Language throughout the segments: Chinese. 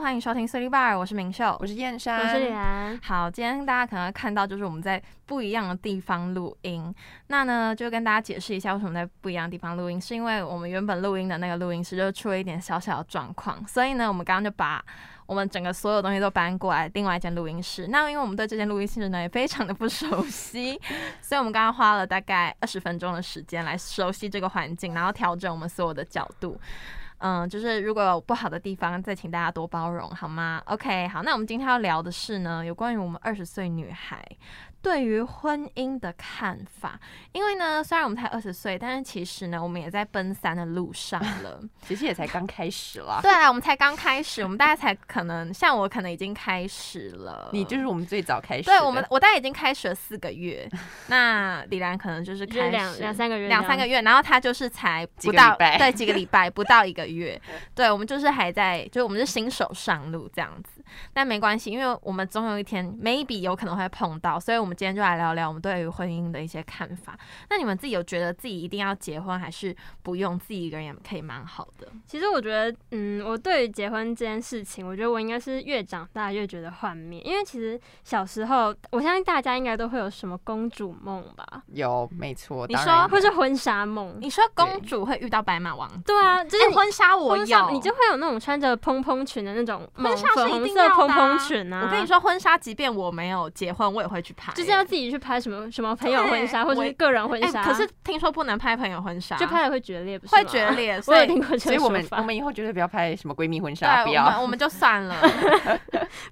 欢迎收听 City Bar，我是明秀，我是燕山，我是李安。好，今天大家可能会看到，就是我们在不一样的地方录音。那呢，就跟大家解释一下，为什么在不一样的地方录音，是因为我们原本录音的那个录音室就出了一点小小的状况，所以呢，我们刚刚就把我们整个所有东西都搬过来另外一间录音室。那因为我们对这间录音室呢也非常的不熟 悉，所以我们刚刚花了大概二十分钟的时间来熟悉这个环境，然后调整我们所有的角度。嗯，就是如果有不好的地方，再请大家多包容，好吗？OK，好，那我们今天要聊的是呢，有关于我们二十岁女孩对于婚姻的看法。因为呢，虽然我们才二十岁，但是其实呢，我们也在奔三的路上了。其实也才刚开始啦。对啊，我们才刚开始，我们大概才可能，像我可能已经开始了。你就是我们最早开始的，对我们，我大概已经开始了四个月，那李兰可能就是就开是两始两三个月，两三个月，然后他就是才几不个到礼拜对几个礼拜，不到一个月， 对我们就是还在，就是我们是新手上路这样子，但没关系，因为我们总有一天 maybe 有可能会碰到，所以我们今天就来聊聊我们对于婚姻的一些看法。那你们自己有觉得自己一定要结婚，还是不用自己一个人也可以蛮好的？其实我觉得，嗯，我对于结婚这件事情，我觉得我应该是越长大越觉得幻灭，因为其实小时候，我相信大家应该都会有什么公主梦吧，有没错。你当说然或是婚纱梦。你说公主会遇到白马王子，对啊，就就是是你婚纱我婚纱有，你就会有那种穿着蓬蓬裙的那种婚纱粉是一红定要色的啊蓬蓬裙啊。我跟你，说，婚纱即便我没有结婚，我也会去拍、就是要自己去拍什么什么朋友对婚纱，或者我是个人婚哎、纱。可是听说不能拍朋友婚纱，就拍了会决裂，不是会吗决。裂， 我所有以听过这所个以说我们法我们以后绝对不要拍什么闺蜜婚对，纱，不我要们我们就算了。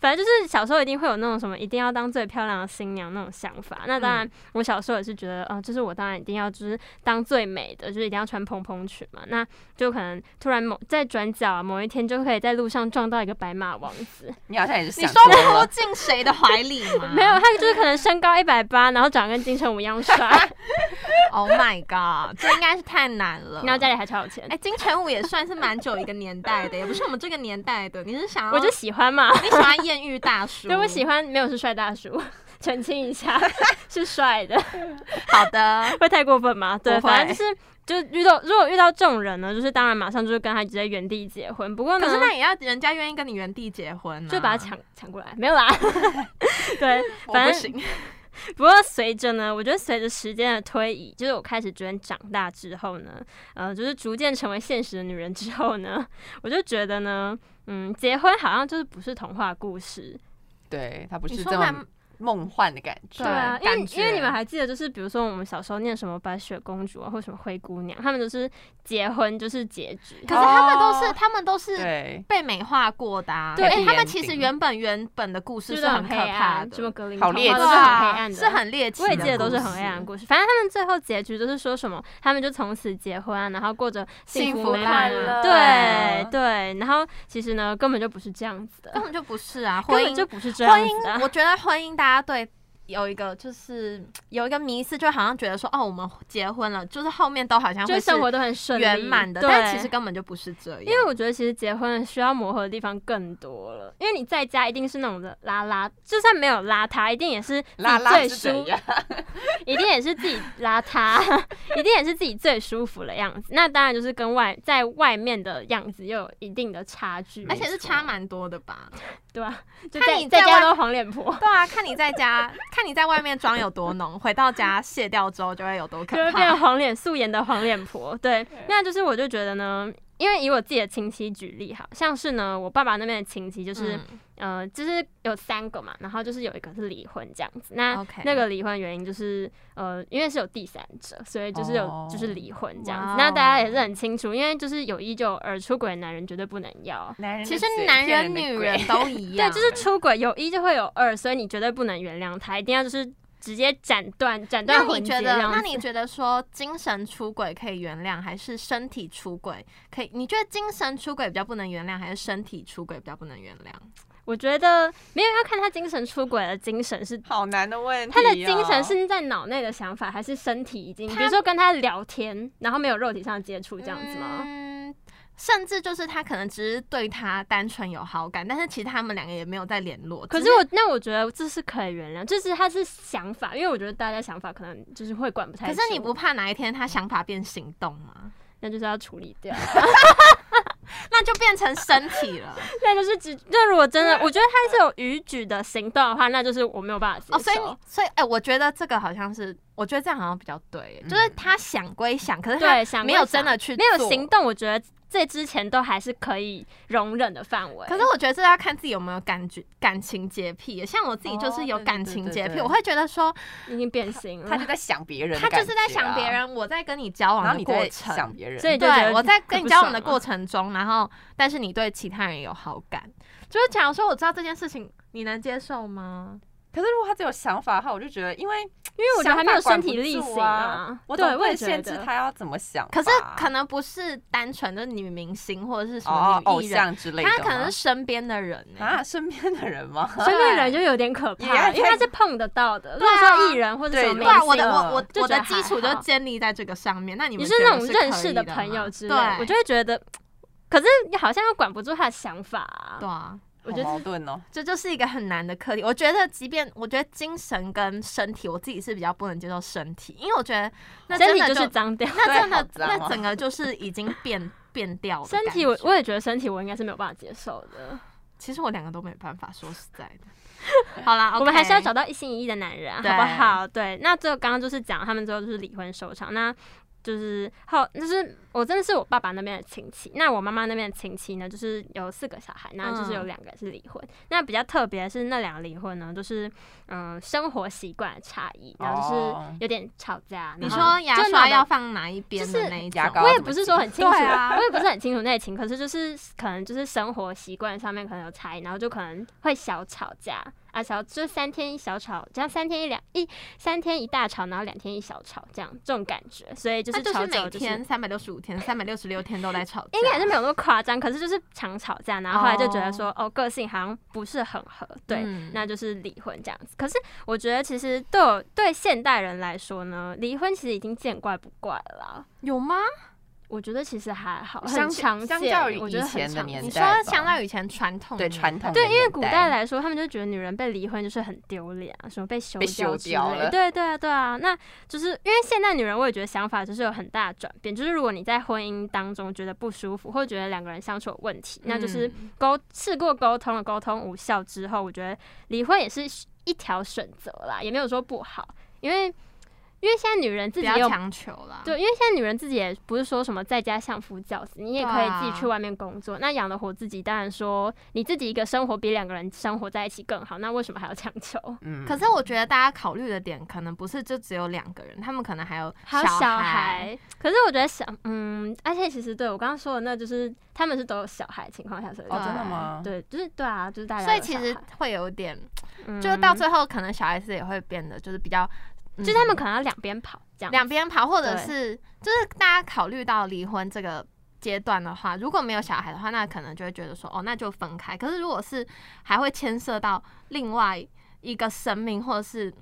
反正就是小时候一定会有那种什么一定要当最漂亮的新娘那种想法。那当然，我小时候也是觉得，哦、就是我当然一定要就是当最美的，就是一定要穿蓬蓬裙嘛。那就可能突然某在转角啊，某一天就可以在路上撞到一个白马王子，你好像也是你 想说多扑了。进谁的怀里 吗？没有，他就是可能身高一百八，然后长得跟金城武一样帅， ，Oh my god，这应该是太难了。然后家里还超有钱哎、。金城武也算是蛮久一个年代的，也不是我们这个年代的。你是想要，我就喜欢嘛，你喜欢艳遇大叔？ 对我喜欢没有是帅大叔， 澄清一下是帅的。好 的，会太过分吗？对，不会反正就是就是遇到如果遇到这种人呢，就是当然马上就是跟他直接原地结婚。不过呢，可是那也要人家愿意跟你原地结婚、啊，就把他抢抢过来，没 有啦。对，我反不正行。 不过随着呢，我觉得随着时间的推移，就是我开始逐渐长大之后呢，呃，就是逐渐成为现实的女人之后呢， 我就觉得呢，嗯，结婚好像就是不是童话故事，对，它不你是说这男么梦幻的感觉对。啊，因为感觉因为你们还记得，就是比如说我们小时候念什么白雪公主啊，或什么灰姑娘，她们都是结婚就是结局，可是他们都是，哦他们都是对，被美化过的、啊。对哎他们 Happy 其实 ending 原本原本的故事就是是很很可黑怕暗，的，什么格林好童猎话奇都是啊很黑暗的，是。很猎奇的我故也事，记得都是很黑暗的故事，反正他们最后结局都是说什么，他们就从此结婚啊，然后过着幸福福美快满乐啊对对，然后其实呢，根本就不是这样子的，根本就不是啊，婚姻根本就不是这样婚子的姻，啊。我觉得婚姻大家对有一个就是有一个迷思，就好像觉得说哦，我们结婚了，就是后面都好像就会生活都很顺是利圆满的，对但其实根本就不是这样。因为我觉得其实结婚需要磨合的地方更多了，因为你在家一定是那种的拉拉，就算没有邋遢，一定也是自拉己拉最是怎 舒，样？一定也是自己邋遢， 一定也是自己最舒服的样子。那当然就是跟外在外面的样子又有一定的差距，而且是差蛮多的吧？对吧、就看在你在在外家都黄脸婆，对啊，看你在家，看你在外面妆有多浓，回到家卸掉之后就会有 多可就会变怕。成黄脸素颜的黄脸婆。对，那就是我就觉得呢。因为以我自己的亲戚举例好，像是呢，我爸爸那边的亲戚就是、嗯呃，就是有三个嘛，然后就是有一个是离婚这样子。那 OK 那个离婚原因就是呃，因为是有第三者，所以就是有、哦就是离婚这样哇子哦。那大家也是很清楚，因为就是有一就有二，出轨的男人绝对不能要。男人的其实嘴男骗人、的女鬼人都一对，样，就是出轨有一就会有二，所以你绝对不能原谅他，一定要就是直接斩断斩那断你魂觉结这得，样那子。你觉得说精神出轨可以原谅，还是身体出轨可以？你觉得精神出轨比较不能原谅，还是身体出轨比较不能原谅？我觉得没有要看他精神出轨的精神是。 好难的问题他哦。的精神是在脑内的想法，还是身体已经？比如说跟他聊天，然后没有肉体上的接触这样子吗？嗯，甚至就是他可能只是对他单纯有好感，但是其实他们两个也没有在联络。可只是我那我觉得这是可以原谅，就是他是想法，因为我觉得大家想法可能就是会管不太可住。是你不怕哪一天他想法变行动吗？那就是要处理掉， 那就变成身体 了那就是只，那如果真的，我觉得他是有逾矩的行动的话，那就是我没有办哦。法接受。所以你，所以哎、我觉得这个好像是，我觉得这样好像比较对，嗯就是他想归想，可是他对，想没有归想真的去没有做行。动，我觉得这之前都还是可以容忍的范围。可是我觉得这要看自己有没有感觉感情洁癖，像我自己就哦是有对对感对情对洁癖，对我会觉得说已经变形他了，就在想别人、他就是在想啊别，人，我在跟你交然往啊后的你过在程，想别人，所以就觉对，得我在跟很你不交往爽的啊过程中，然后但是你对其他人有好感，就是假如说我知道这件事情，你能接受吗？可是如果他只有想法的话，我就觉得，因为因为我觉得还没有想法身体力管不行住啊，我对，总不我也能觉限制得。他要怎么想吧。可是可能不是单纯的女明星或者是什么哦，偶女艺人，像之类的吗，她可能是身边的人、欸、啊，身边的 人吗？身边人就有点可也怕，还因为他是碰得到的。如对啊果说艺人或者对什么对明啊，星，我的我我就我觉的得基还础就好建立在这个上面。那你你们是觉得那种认可识以的的朋友吗之类对，的，我就会觉得，可是你好像又管不住他的想法啊、对啊。我觉好得矛是盾哦。这就是一个很难的课题。我觉得，即便我觉得精神跟身体，我自己是比较不能接受身体，因为我觉得那身真体的就是脏 掉。那真对好的，脏哦那整个就是已经变变掉的啊身感觉。体我我也觉得身体我应该是没有办法接受的。其实我两个都没办法，说实在的。 好啦我们还是要 OK 找到一心一意的男人啊，对好不好？对，那最后刚刚就是讲他们最后就是离婚收场，那就是后就是我真的是我爸爸那边的亲戚，那我妈妈那边的亲戚呢，就是有四个小孩，那就是嗯有两个是离婚，那比较特别的是那两个离婚呢，就是嗯、呃生活习惯的差异，然后就是哦有点吵架。你然后说牙嗯就闹刷得要放哪一边就的是那一种？牙膏我要也怎么不是挤说很清楚，对啊我也不是很清楚内情，可是就是可能就是生活习惯上面可能有差异，然后就可能会小吵架啊，小就是三天一小吵，这样三天一两一三天一大吵，然后两天一小吵，这样这种感觉，所以就那是就吵是久每就是。天三百六十五天、三百六十六天都在吵架。应该还是没有那么夸张，可是就是常吵架，然后后来就觉得说，哦个性好像不是很合，对，嗯那就是离婚这样子。可是我觉得，其实对我对现代人来说呢，离婚其实已经见怪不怪了啦。有吗？我觉得其实还好，相很常见。相较于我觉得以很前的常年见你代说吧相当于以前传统对的传统的对，因为年古代来说，他们就觉得女人被离婚就是很丢脸啊，什么被休被掉休之类掉的。了对对啊，对啊，那就是因为现代女人，我也觉得想法就是有很大的转变。就是如果你在婚姻当中觉得不舒服，或者觉得两个人相处有问题，那就是嗯沟试过沟通了，沟通无效之后，我觉得离婚也是一条选择啦，也没有说不好，因为因为现在女人自不己要又强求啦。对，因为现在女人自己也不是说什么在家相夫教子，你也可以对啊自己去外面工作，那养得活自己，当然说你自己一个生活比两个人生活在一起更好，那为什么还要强求？嗯，可是我觉得大家考虑的点可能不是就只有两个人，他们可能 还有还有小小孩，可是我觉得小，嗯，而且其实对我刚刚说的，那就是他们是都有小孩的情况下，所以哦，对真的吗？对，就是对啊，就是大家所以有其小实孩会有点，嗯就是到最后可能小孩子也会变得就是比较，嗯就是他们可能要两边跑这样，两边跑，或者对是就是大家考虑到离婚这个阶段的话，如果没有小孩的话，那可能就会觉得说哦，那就分开。可是如果是还会牵涉到另外一个生命，或者 是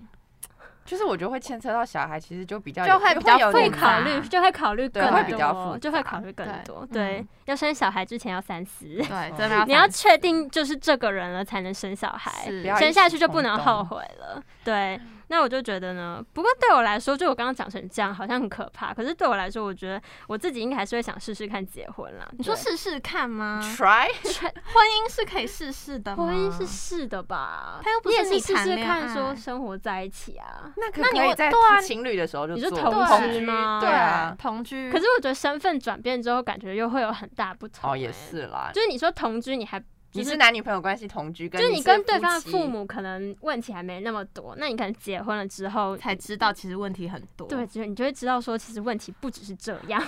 就是我觉得会牵扯到小孩，其实就比较就有会又比较有会点复考杂虑，就会考虑对更会比较多复就会杂考虑更对多。嗯对，要生小孩之前要三思。对，真的要你要反思确定就是这个人了，才能生小孩，是不要生一下时去就不冲能动后悔了。对，那我就觉得呢，不过对我来说，就我刚刚讲成这样，好像很可怕。可是对我来说，我觉得我自己应该还是会想试试看结婚啦。你说对试试看吗？啊 try 婚姻是可以试试的吗？婚姻是试的吧？他又不你是也是你试谈试恋看，说爱嗯生活在一起啊。那可那你可以会在对啊情侣的时候就你说做同同居居吗对啊，同居，可是我觉得身份转变之后，感觉又会有很大不同、哦也欸，是啦，就是你说同居，你还就你是是男女朋友关系同居，跟就是你你是跟对方的夫父妻母可能问题还没那么多，那你可能结婚了之后才知道其实问题很多。对，就你就会知道说，其实问题不只是这 样，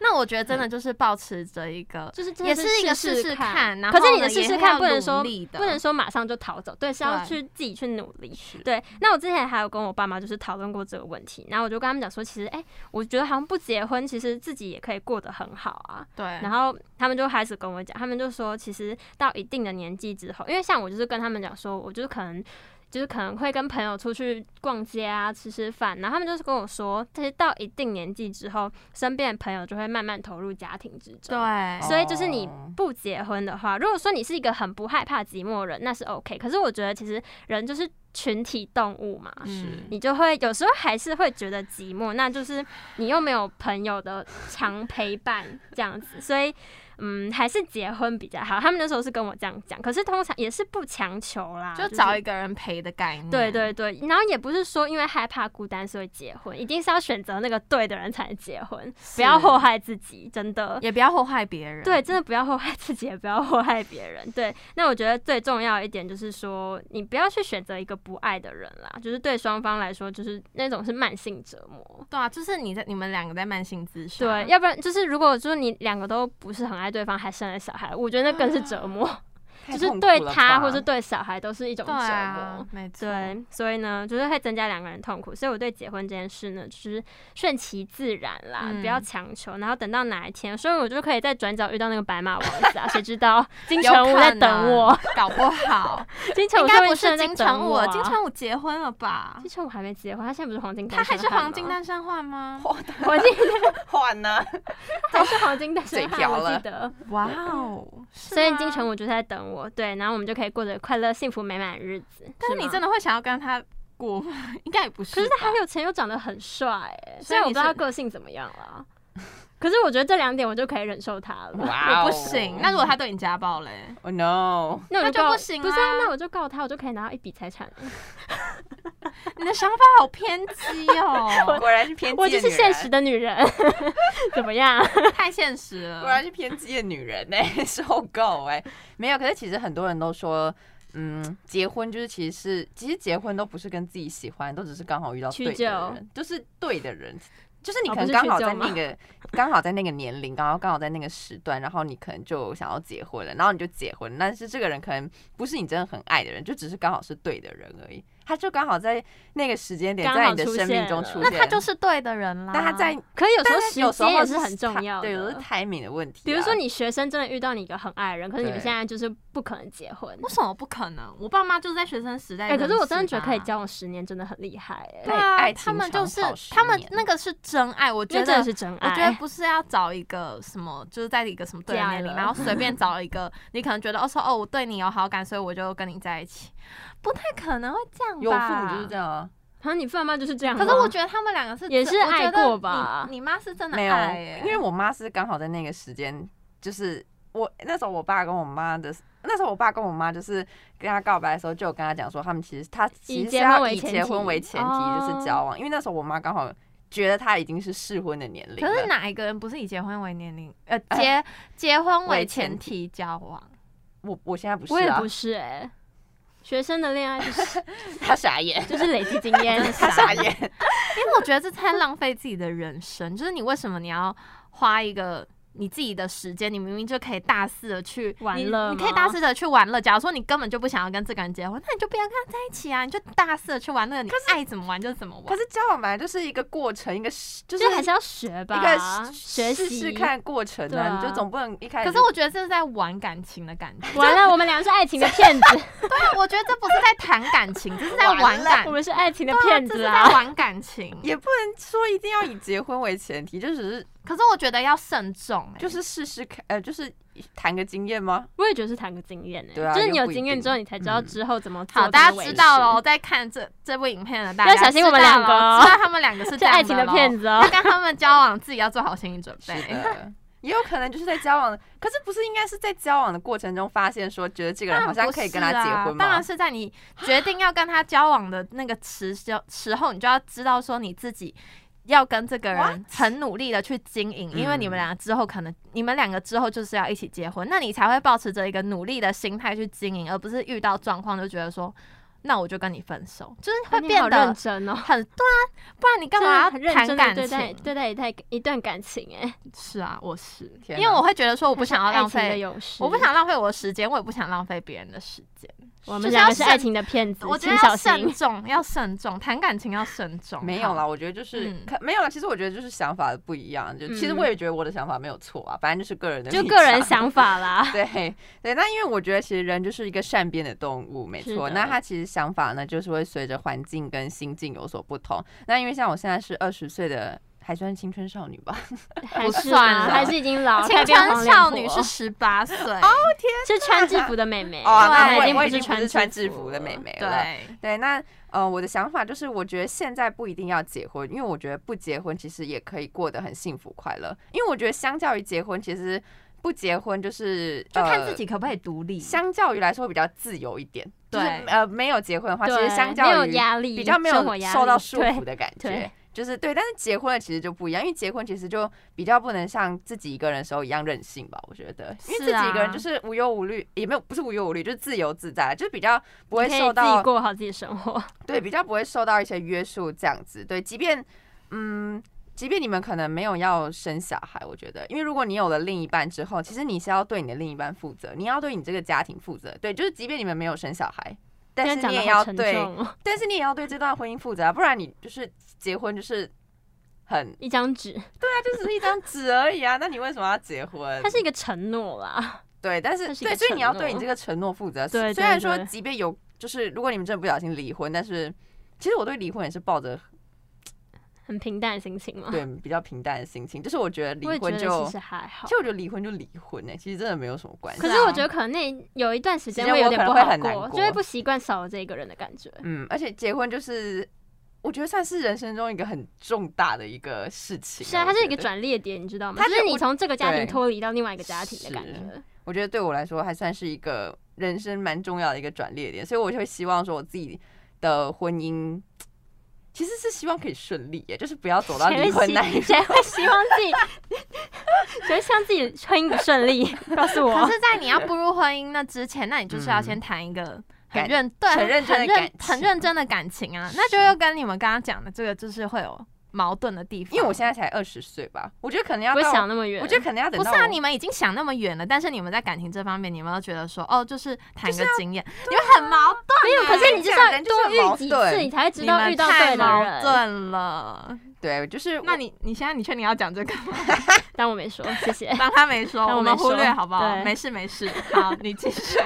那我觉得真的就是保持着一个，就是真的也是一个试试试看，然后可是你的呢试也试是看要不能努说力的不能说马上就逃走，对，是要对去自己去努力。是对，那我之前还有跟我爸妈就是讨论过这个问题，然后我就跟他们讲说，其实哎、我觉得好像不结婚，其实自己也可以过得很好啊。对，然后他们就开始跟我讲，他们就说，其实到一定的年纪之后，因为像我就是跟他们讲说，我就是可能。就是可能会跟朋友出去逛街啊，吃吃饭，然后他们就是跟我说，其实到一定年纪之后，身边的朋友就会慢慢投入家庭之中。对，所以就是你哦不结婚的话，如果说你是一个很不害怕寂寞的人，那是 OK。可是我觉得其实人就是群体动物嘛，嗯你就会有时候还是会觉得寂寞，那就是你又没有朋友的常陪伴这样子，所以嗯，还是结婚比较好。他们那时候是跟我这样讲，可是通常也是不强求啦，就是找一个人陪的概念。对对对，然后也不是说因为害怕孤单所以结婚，一定是要选择那个对的人才能结婚，不要祸害自己，真的。也不要祸害别人。对，真的不要祸害自己，也不要祸害别人。对，那我觉得最重要一点就是说，你不要去选择一个不爱的人啦，就是对双方来说，就是那种是慢性折磨。对啊，就是你在你们两个在慢性自杀。对，要不然就是如果说你两个都不是很爱对方，还生了小孩，我觉得那更是折磨。啊就是对他或是对小孩都是一种折磨，对,、啊没错对，所以呢，就是会增加两个人痛苦。所以我对结婚这件事呢，就是顺其自然啦，嗯不要强求。然后等到哪一天，所以我就可以在转角遇到那个白马王子啊，谁知道金城武在等有我？可能，搞不 好金城应武该说不定是在金等城武我啊，，金城武结婚了吧金？城武还没结婚，他现在不是啊黄金单他身还汉是吗，黄 金单身汉吗？黄 金换啊呢？ 还是黄金单身嘴汉，瓢我记了得。 哇哦！所以金金城城武就是在等我，对，然后我们就可以过着快乐、幸福、美满的日子。但是你吗真的会想要跟他过吗？ 应该也不是吧。可是他很有钱又长得很帅、欸，所以虽然我你不知道是他个性怎么样啦，可是我觉得这两点我就可以忍受他了。哇哦我不行。那如果他对你家暴嘞？ ，Oh no！那我那就告不行不是啊啦，那我就告他，我就可以拿到一笔财产了。你的想法好偏激 哦，果然是偏激，我就是现实，的女人， 怎么 样？太现实了。果然是偏激的女人哎、 受够哎、没有，可是其实很多人都说。嗯，结婚就是其实是，其实结婚都不是跟自己喜欢，都只是刚好遇到屈对的就人，就是对的人，就是你哦可不能是刚屈好就在吗那个刚好在那个年龄，刚好刚好在那个时段，然后你可能就想要结婚了，然后你就结婚，但是这个人可能不是你真的很爱的人，就只是刚好是对的人而已，他就刚好在那个时间点刚在好你的出生命现中了出那现，他就是对的人啦。但他在可啊是有但时是候有时间时候也是是很重 ti- 要对，有时候的是。timing 的问题、啊比如说，，你学生真的遇到你一个很爱的人，可是你们对现在就是不可能结婚。为什么不可能？我爸妈就是在学生时代哎、认识的可啊。是我真的觉得可以交往十年，真的很厉害哎、对爱啊，爱情他们就是长跑十他们年那个是真爱，我因觉为真得的是真我觉得爱。不是要找一个什么，就是在一个什么对的嫁年龄，了然后 随便找一个，你可能觉得哦说哦我对你有好感，所以我就跟你在一起，不太可能会这样吧？有父母就是这样啊，好像你爸妈就是这样吗。可是我觉得他们两个是也真是我觉爱得过你吧你妈是真的没有爱耶，，因为我妈是刚好在那个时间，就是我那时候我爸跟我妈的。那时候我爸跟我妈就是跟他告白的时候，就有跟他讲说，他们其实他其实是结婚要为以前结提哦婚为前提，就是交往。因为那时候我妈刚好觉得他已经是适婚的年龄可是了，哪一个人不是以结婚为年龄，呃结结婚为前提交往？我我现在不是我也啊不，是哎、学生的恋爱就是他傻眼，就是累积经验，他傻眼，因为我觉得这太浪费自己的人生， 就是你为什么你要花一个你自己的时间？你明明就可以大肆的去玩你乐你可以吗大肆的去玩乐。假如说你根本就不想要跟这个人结婚，那你就不要跟他在一起啊！你就大肆的去玩乐，你爱怎么玩就怎么可玩。是交往本来就是一个过程，一个是就就是还是要学吧，一个学试习试。看过程对啊，啊你就总不能一开始可是我觉得这是在玩感情的感觉，完了，我们俩是爱情的骗子， 对，啊我觉得这不是在谈感情，这是 在完玩了感 我，们是爱情的对啊骗这是子在啊！玩感 情。也不能说一定要以结婚为前提，就只是可是我觉得要慎重、欸，就是试试看，呃，就是谈个经验吗？我也觉得是谈个经验对哎，啊就是你又有不一经验定之后，你才知道嗯之后怎么做好，大家怎么知维道哦持喽，在看这这部影片的大要家小心知我们道两咯个哦知道他们两个 是是爱情的骗子，子哦要。跟他们交往，自己要做好心理准是备。的，也有可能就是在交往，可是不是应该是在交往的过程中发现说，觉得这个 当然人好不像可以跟他是啊结婚当吗然？是在你决定要跟他交往的那个时时时候，你就要知道说你自己要跟这个人 What？很努力的去经营，因为嗯你们两个之后可能你们两个之后就是要一起结婚，那你才会保持着一个努力的心态去经营，而不是遇到状况就觉得说。那我就跟你分手，就是 会你变好得认真哦，很对啊，不然你干真的嘛很要认谈真感的情？对待对待一段一段感情哎，是啊，我是，因天为哪我会觉得说我我不想要爱浪情的费，勇士，我不，想浪费我的时间，我也不想浪费别人的时间。我就们是两要个是慎爱情的骗子，我觉得请要小慎心。重，要慎重，谈感情要慎重。没有好啦，，我觉得就是、嗯可没有啦。其实我觉得就是想法不一样，就其实嗯我也觉得我的想法没有错啊，反正就是个人的就 立个人场想法啦，对对，那因为我觉得其实人就是一个善变的动物，没是错。的那他其实想法呢，就是会随着环境跟心境有所不同。那因为像我现在是二十岁的，还算青春少女吧？还 不是算啦了还是已经老，青快变春黄脸少女婆是十八岁，是穿制服的妹妹， 哦，那对我已也经我不已经不穿是穿制制服的妹。妹了。对，对，那呃，我的想法就是，我觉得现在不一定要结婚，因为我觉得不结婚其实也可以过得很幸福快乐。因为我觉得相较于结婚，其实不结婚就是就看呃自己可不可以独立。 相较于来说比较自由一点。就是对呃，没有结婚的话，其对实相没较有于压力，比较没生活有压受到力束对缚的感觉对。就是对，但是结婚了其实就不一样，因为结婚其实就比较不能像自己一个人的时候一样任性吧，我觉得，因为是自己一个人啊就是无忧无虑，也没有不是无忧无虑，就是自由自在，就是比较不会你可以受自到己过好自己生活。对，比较不会受到一些约束，这样子。对，即便嗯，即便你们可能没有要生小孩，我觉得，因为如果你有了另一半之后，其实你是要对你的另一半负责，你要对你这个家庭负责。对，就是即便你们没有生小孩， 但现是在你讲也的好要沉对，重哦，但是你也要对这段婚姻负责、啊，不然你就是结婚就是很，一张纸，那就只是一张纸而 已啊。那你为什么要结婚？它是一个承诺啦。对，但是它是一个对，所以你要承诺对你这个承诺负责。对对虽然说对即便有，就是如果你们真的不小心离婚，但是其实我对离婚也是抱着很平淡的心情嘛。 对比较平淡的心情，就是我觉得离我也觉婚得就，其实还好其。实我觉得离婚就离婚呢、欸其实真的没有什么关系。可是我觉得可能那有一段时间啊时间会有我点可不能会好很难过，就过会不习惯少了这一个人的感觉。嗯，而且结婚就是，我觉得算是人生中一个很重大的一个事情啊、是啊，我它是觉一个得。转捩点，你知道吗？它就是是你我从这个家庭对脱离到另外一个家庭的感觉是。我觉得对我来说还算是一个人生蛮重要的一个转捩点，所以我就会希望说我自己的婚姻。其实是希望可以顺利耶，就是不要 走到谁离会婚那希一步。谁会希望 自己？谁会希望自己婚姻不顺利？ 告诉可我，是，在你要步入婚姻那之前，那你就是要先谈一个很嗯感认对、很认很真的感认很情认真的感情啊，那就是又跟你们刚刚讲的这个就是会有矛盾的地方。因为我现在才二十岁吧，我觉得可能要不会到，想那么远。我觉得可能要等不是到啊，我你们已经想那么远了，但是你们在感情这方面，你们都觉得说，哦，就是谈个经验，啊你们很矛盾欸、没有，可是你就是要人就多是有遇矛几次，盾你才会知你道们遇到太对的矛人。盾了。对，就是那我你你现在你确定要讲这个吗？ 当我没说，谢谢。 当他没 说，当我我没们忽说略好不好？对没事没事，好，你继 续。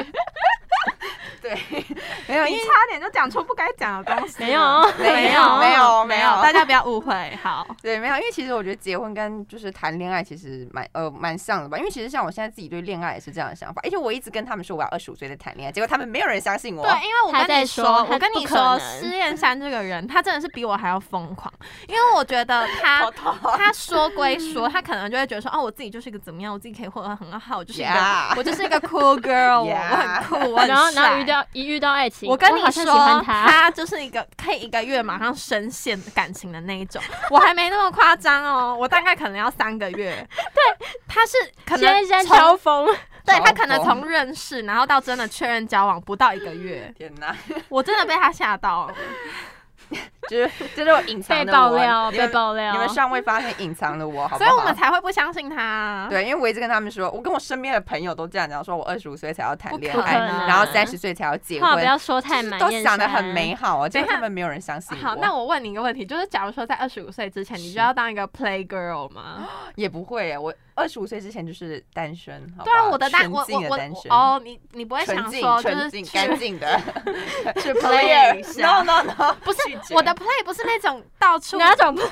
对 没有，因你为差点就讲出不该讲的东西了。没有没有没有没有大家不要误会。好，对，没有，因为其实我觉得结婚跟就是谈恋爱其实蛮呃蛮像的吧，因为其实像我现在自己对恋爱也是这样的想法，而且我一直跟他们说我要二十五岁再谈恋爱，结果他们没有人相信我。 对，因为我他跟在你说说，他我跟不你可说，能施燕珊这个人，他真的是比我还要疯狂，因为我觉得 他他说归说，他可能就会觉得说，哦，我自己就是一个怎么样，我自己可以活得很好，我就是一个 Yeah 我就是一个 cool girl，我我 Yeah 很酷，我很然后，然后遇帅。到一遇到爱情，我跟你好像喜欢说，他，他就是一个可以一个月马上深陷感情的那一种，我还没那么夸张哦，我大概可能要三个月。 对，他是可能先山从交锋，对嘲他可能讽从认识，然后到真的确认交往不到一个月，天哪，我真的被他吓到了。 就是这就是我隐藏被的爆我料，你被们爆料。你们尚未发现隐藏的我，好不所以好？我们才会不相信他。，啊对，因为我一直跟他们说，我跟我身边的朋友都这样讲，说我二十五岁才要谈恋不可爱，能然后三十岁才要结话婚不，要说太就是满，都燕想的山很美。好啊，结果等一下他们没有人相信我。好，那我问你一个问题，就是假如说在二十五岁之前，你是就要当一个 play girl 吗？也不会啊，我二十五岁之前就是单身，好对啊，吧我的单纯我我净的我单身我哦，你你不会纯想净、说就纯是净、去干净的 去 play player 一下 No no no，不是拒绝我的 play 不是那种到处哪种不是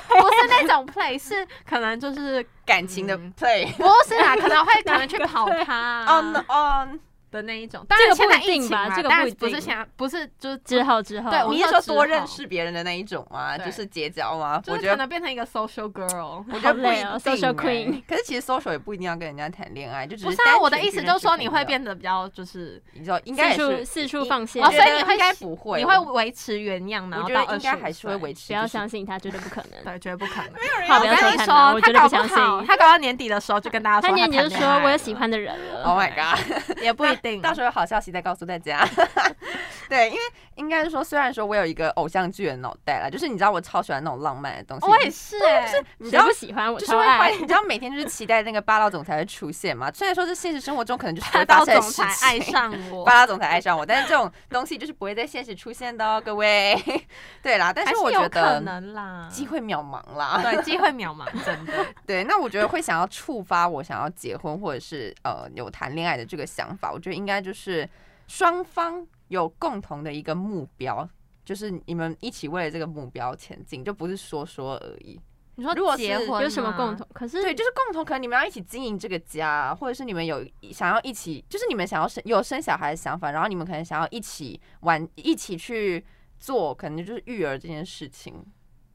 那种 play，是可能就是感情的嗯 play。不是啊，可 能会可能去跑趴哦啊，no，哦，的那一种。当然这个现不在一定疫情吧嘛这个当然不一不是定现在不是就是之后之后，对哎我你说是说之多后认识别人的那一种吗？就对是结交吗？就我是觉可得能变啊成一个 social girl。我觉得好不累一哦定，social 欸 queen 可是其实 social 也不一定要跟人家谈恋爱，就只不是单啊，纯我的去意思认就是识说朋你会友，变得比较就是，你知道应该四也处是，四处放线哦，，所以觉你得会应该不会，你我会维持原样，然我后觉到得二应十该还是会维持，不要就是相信他，绝对不可能。对，绝对不可能。话不我要跟说你太说，满，我绝对他不搞相不好信。他搞到年底的时候就跟大家他说年底就谈恋说爱我有了 喜，欢的人了。 Oh my god！也不一定。啊到时候有好消息再告诉大家。 对，因为应该是说，虽然说我有一个偶像剧的脑袋啦，就是你知道我超喜欢那种浪漫的东西，我也是欸，你知谁道不。喜欢我就是超会怀，爱你知道每天就是期待那个霸道总裁会出现嘛？虽然说是现实生活中可能就是不霸道会发生的总事裁爱情上 我霸，道总裁爱上我，但是这种东西就是不会在现实出现的哦，各位。 对啦，但还是是我有觉可得能啊啦，机会渺茫啦。 对机会渺茫，真的。对，那我觉得会想要触发我想要结婚或者是呃有谈恋爱的这个想法，我觉得应该就是双方有共同的一个目标，就是你们一起为了这个目标前进，就不是说说而已。你说如果结是婚有什么吗共？同？可是对，就是共同，可能你们要一起经营这个家，或者是你们有想要一起，就是你们想要生有生小孩的想法，然后你们可能想要一起玩，一起去做，可能就是育儿这件事情。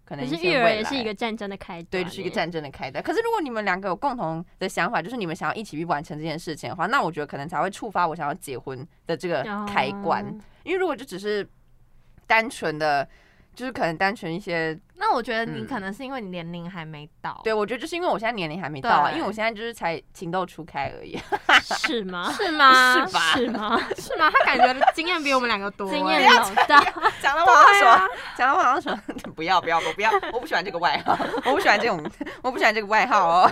可可能是些育儿未也是来一个战争的开端，对，就是一个。战争的开端。可是如果你们两个有共同的想法，就是你们想要一起去完成这件事情的话，那我觉得可能才会触发我想要结婚的这个开关。哦因为如果就只是单纯的，就是可能单纯一些， 那我觉得你嗯可能是因为你年龄还没到，对我觉得就是因为我现在年龄还没到啊，对因为我现在就是才情窦初开而已。是吗？是吗？是吧是吗？ 是吗？他感觉经验比我们两个多欸，经验老大，讲的我好像什啊么？讲的我好像什么？不要不要，我不要，我不喜欢这个外 号，我不喜欢这种，我不喜欢这个外号哦。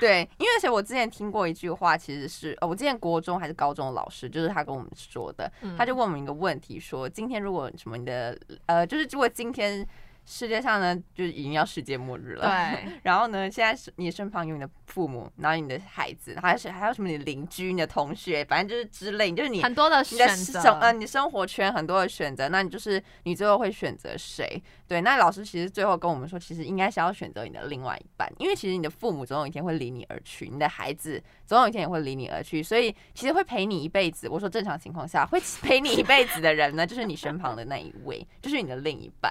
对，因为而且我之前听过一句话，其实是呃，我之前国中还是高中的老师，就是他跟我们说的，嗯他就问我们一个问题说，今天如果什么你的呃，就是如果今天世界上呢，就是已经要世界末日了，对， 然后呢，现在是你身旁有你的父母，然后你的孩子，还是还有什么你的邻居、你的同学，反正就是之类，就是你很多的你的选生择，呃，你生活圈很多的选择，那你就是你最后会选择谁？对，那老师其实最后跟我们说，其实应该是要选择你的另外一半，因为其实你的父母总有一天会离你而去，你的孩子总有一天也会离你而去，所以其实会陪你一辈子。我说正常情况下 会陪你一辈子的人呢，就是你身旁的那一位，就是你的另一半。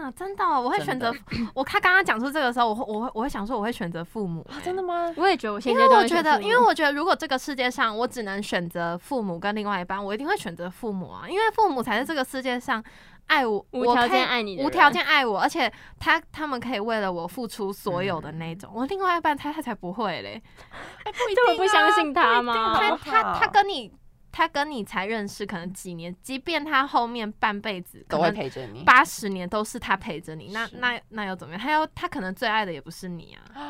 啊，真的哦、我会选真择的我。他刚刚讲出这个时候，我会我会我会想说，我会选择父母、欸的吗？我也觉得我现因在为我觉得，因为我觉得，如果这个世界上我只能选择父母跟另外一半，我一定会选择父母啊，因为父母才是这个世界上爱我，无我条可以件爱你的人无条件爱我，而且他他们可以为了我付出所有的那种。我另外一半他他才不会 嘞，嗯哎这么不相信他吗？啊他好他好他跟你他跟你才认识可能几年，即便他后面半辈子都可会能陪着你。八十年都是他陪着你，那是那那又怎么样？他要他可能最爱的也不是你啊，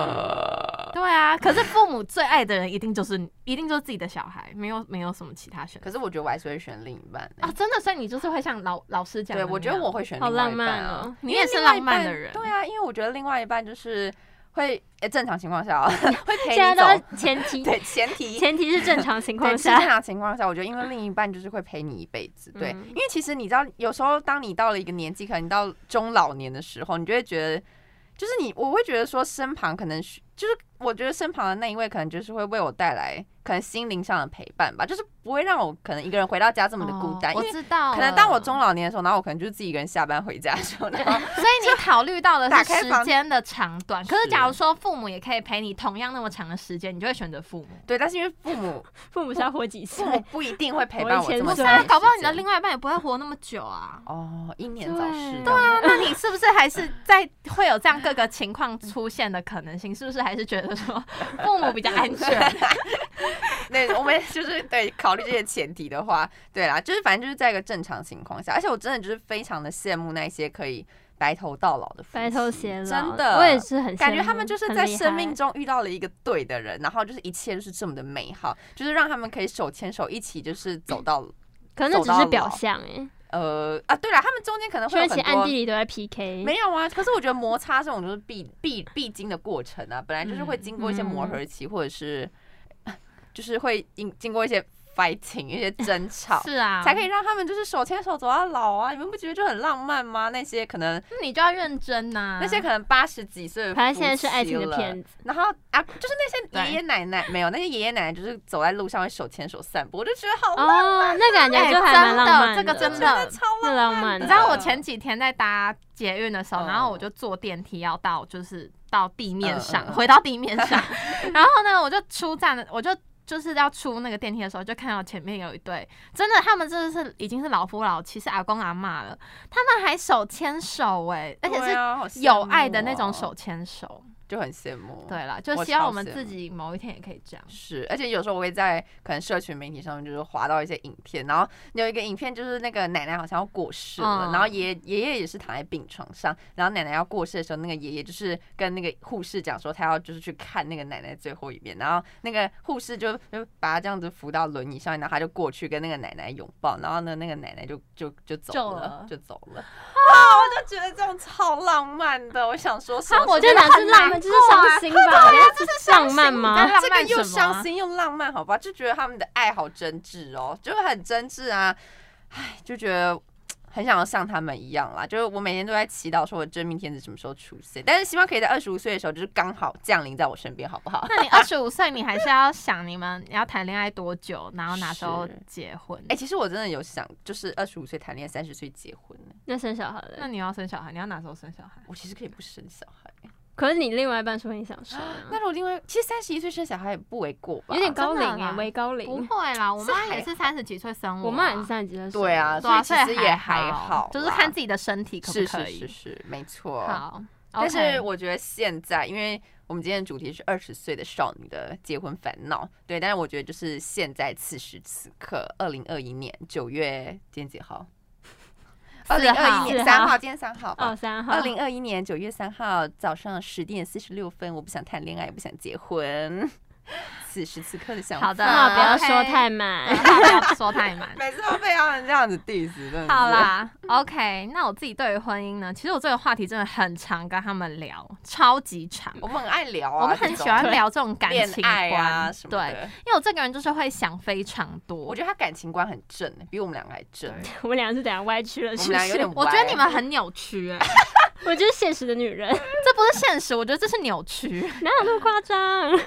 呃对啊。可是父母最爱的人一定就是你一定就是自己的小孩，没有没有什么其他选择可是我觉得我还是会选另一半、欸。啊、真的，所以你就是会像老老师讲的对，那样，我觉得我会选好另外浪一漫半啊哦你因为也是另外浪一漫的半人哦对啊，因为我觉得另外一半就是会，诶，正常情况 下、啊会陪现在你都是走，前提，对，前 提。前提是正常情对，况是正下，常情况下，我觉得因为另一半就是会陪你一辈子，对，嗯因为其实你知道，有时候当你到了一个年纪，可能你到中老年的时候，你就会觉得，就是你，我会觉得说，身旁可能是就是我觉得身旁的那一位，可能就是会为我带来可能心灵上的陪伴吧，就是不会让我可能一个人回到家这么的孤单，哦我因为知道了。可能当我中老年的时候，然后我可能就是自己一个人下班回家的时候，然 后所以你考虑到的打是开时房间的长 短。可是是假如说父母也可以陪你同样那么长的时间，你就会选择父母。对，但是因为父母父母是要活几岁 父？母不一定会陪伴我这么我以前久是对啊，搞不好你的时间另外一半也不会活那么久啊。哦，英年早逝，对啊， 那你是不是还是在会有这样各个情况出现的可能性？是不是还是觉得 说父母比较安全？，那我们就是对考虑这些前提的话，对啦，就是反正就是在一个正常情况下，而且我真的就是非常的羡慕那些可以白头到老的夫妻白头偕老，真的，我也是很感觉羡慕他们就是在生命，中遇到了一个对的人，然后就是一切就是这么的美好，就是让他们可以手牵手一起就是走到很厉害可能那只是表象哎，呃啊，对了，他们中间可能会虽有然其很实多暗地里都在 PK，没有啊，可是我觉得摩擦这种就是必必必经的过程啊，本来就是会经过一些磨合期，或者是呃就是会经经过一些 fighting 一些争吵是啊，才可以。让他们就是手牵手走到老啊！你们不觉得就很浪漫吗？那些可能、那你就要认真啊呐、那些可能八十几岁的反正现在是爱情夫的妻了骗子，然后啊，就是那对些爷爷奶奶没有，那些爷爷奶奶就是走在路上会手牵手散步，我就觉得好浪漫，哦，那感觉哎就还蛮 浪漫真的，这个真真的的。超 那浪浪漫漫的。你知道我前几天在搭捷运的时候，嗯然后我就坐电梯要到，就是到地面上，嗯嗯嗯回到地面 上。然后呢，我就出站了，我就就是要出那个电梯的时候，就看到前面有一对，真的，他们真的是已经是老夫老妻，是阿公阿嬷了，他们还手牵手哎、而且对是。啊好羡有慕爱的那种哦手牵手，就很羡慕。对啦，就我希望超我们羡自慕己某一天也可以这样。是，而且有时候我会在可能社群媒体上面就是滑到一些影片，然后有一个影片就是那个奶奶好像要过世了，嗯然后爷爷爷爷也是躺在病床上，然后奶奶要过世的时候，那个爷爷就是跟那个护士讲说他要就是去看那个奶奶最后一面，然后那个护士就就把他这样子扶到轮椅上面，然后他就过去跟那个奶奶拥抱，然后呢那个奶奶就就就走救了了，就走了，啊，我就觉得这种超浪漫的，我想说什么时候，我我觉得哪是浪漫，就是啊伤 心吧？这是浪漫但吗？浪这个漫什又么伤心又浪漫，好吧？就觉得他们的爱好真挚哦，就很真挚啊，唉，就觉得。很想要像他们一样啦，就是我每天都在祈祷说我真命天子什么时候出现，但是希望可以在二十五岁的时候就是刚好降临在我身边，好不好？那你二十五岁，你还是要想你们要谈恋爱多久，然后哪时候是结婚？哎、其实我真的有想，就是二十五岁谈恋爱，三十岁结婚呢。那生小孩那了，你要生小孩，你要哪时候生小孩？我其实可以不生小孩。可是你另外一半说你想 生啊，那如果另外，其实三十一岁生小孩也不为过吧？有点高龄真的哎，啦微高不龄。会啦，我是妈还也是三十几岁生我啊，我妈也是三十几岁，对啊，，对啊，所所以以其实也还好好，，就是看自己的身体可是不可是以。是是，没错。好，但是 OK 我觉得现在，因为我们今天的主题是二十岁的少女的结婚烦恼，对，但是我觉得就是现在此时此刻，二零二一年九月今天几号？二零二一四年号三号，今天三号吧哦，。三号二，零二一年九月三号早上十点四十六分，我不想谈恋爱，也不想结婚。此时此刻的想法，好的刚好不要 OK 说太满。不要 说太满。每次都被他们这样子 diss，真的是好，啦，OK，那我自己对于婚姻呢，其实我这个话题真的很常跟他们聊，超级长。我们很爱聊啊，我们很喜欢这种聊这种感恋情爱观，啊什么对，的。因为我这个人就是会想非常我多。觉得他感情观很正，比我们两个还正。我们俩是怎样歪曲了？我是不们俩有是点？我觉歪得你们很扭曲、哎，我就是现实的女 人，这不是现实，我觉得这是扭曲。哪有那么夸张？嗯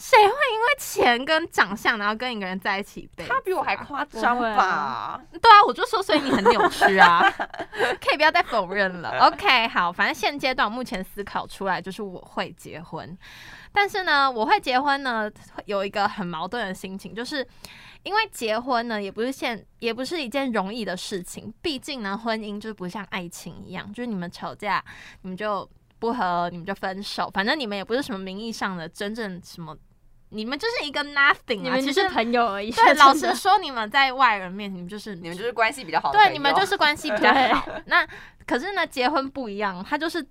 谁会因为钱跟长相，然后跟一个人在一起一辈子啊？他比我还夸张不会吧啊？对啊，我就说，所以你很扭曲啊， 可以不要再否认了。OK，好， 反正现阶段我目前思考出来就是我会结婚，但是呢，我会结婚呢，有一个很矛盾的心情，就是因为结婚呢，也不是现，也不是一件容易的事情，毕竟呢，婚姻就是不像爱情一样，就是你们吵架，你们就不和，你们就分手，反正你们也不是什么名义上的真正什么。你们就是一个 nothing 你啊，们其只实是朋友而 已。对，老实师，说，你们在外人面前，你们就是你们就是关系比较好的朋友，对，你们就是关系比较对好。 那可是呢，结婚不一样，它就是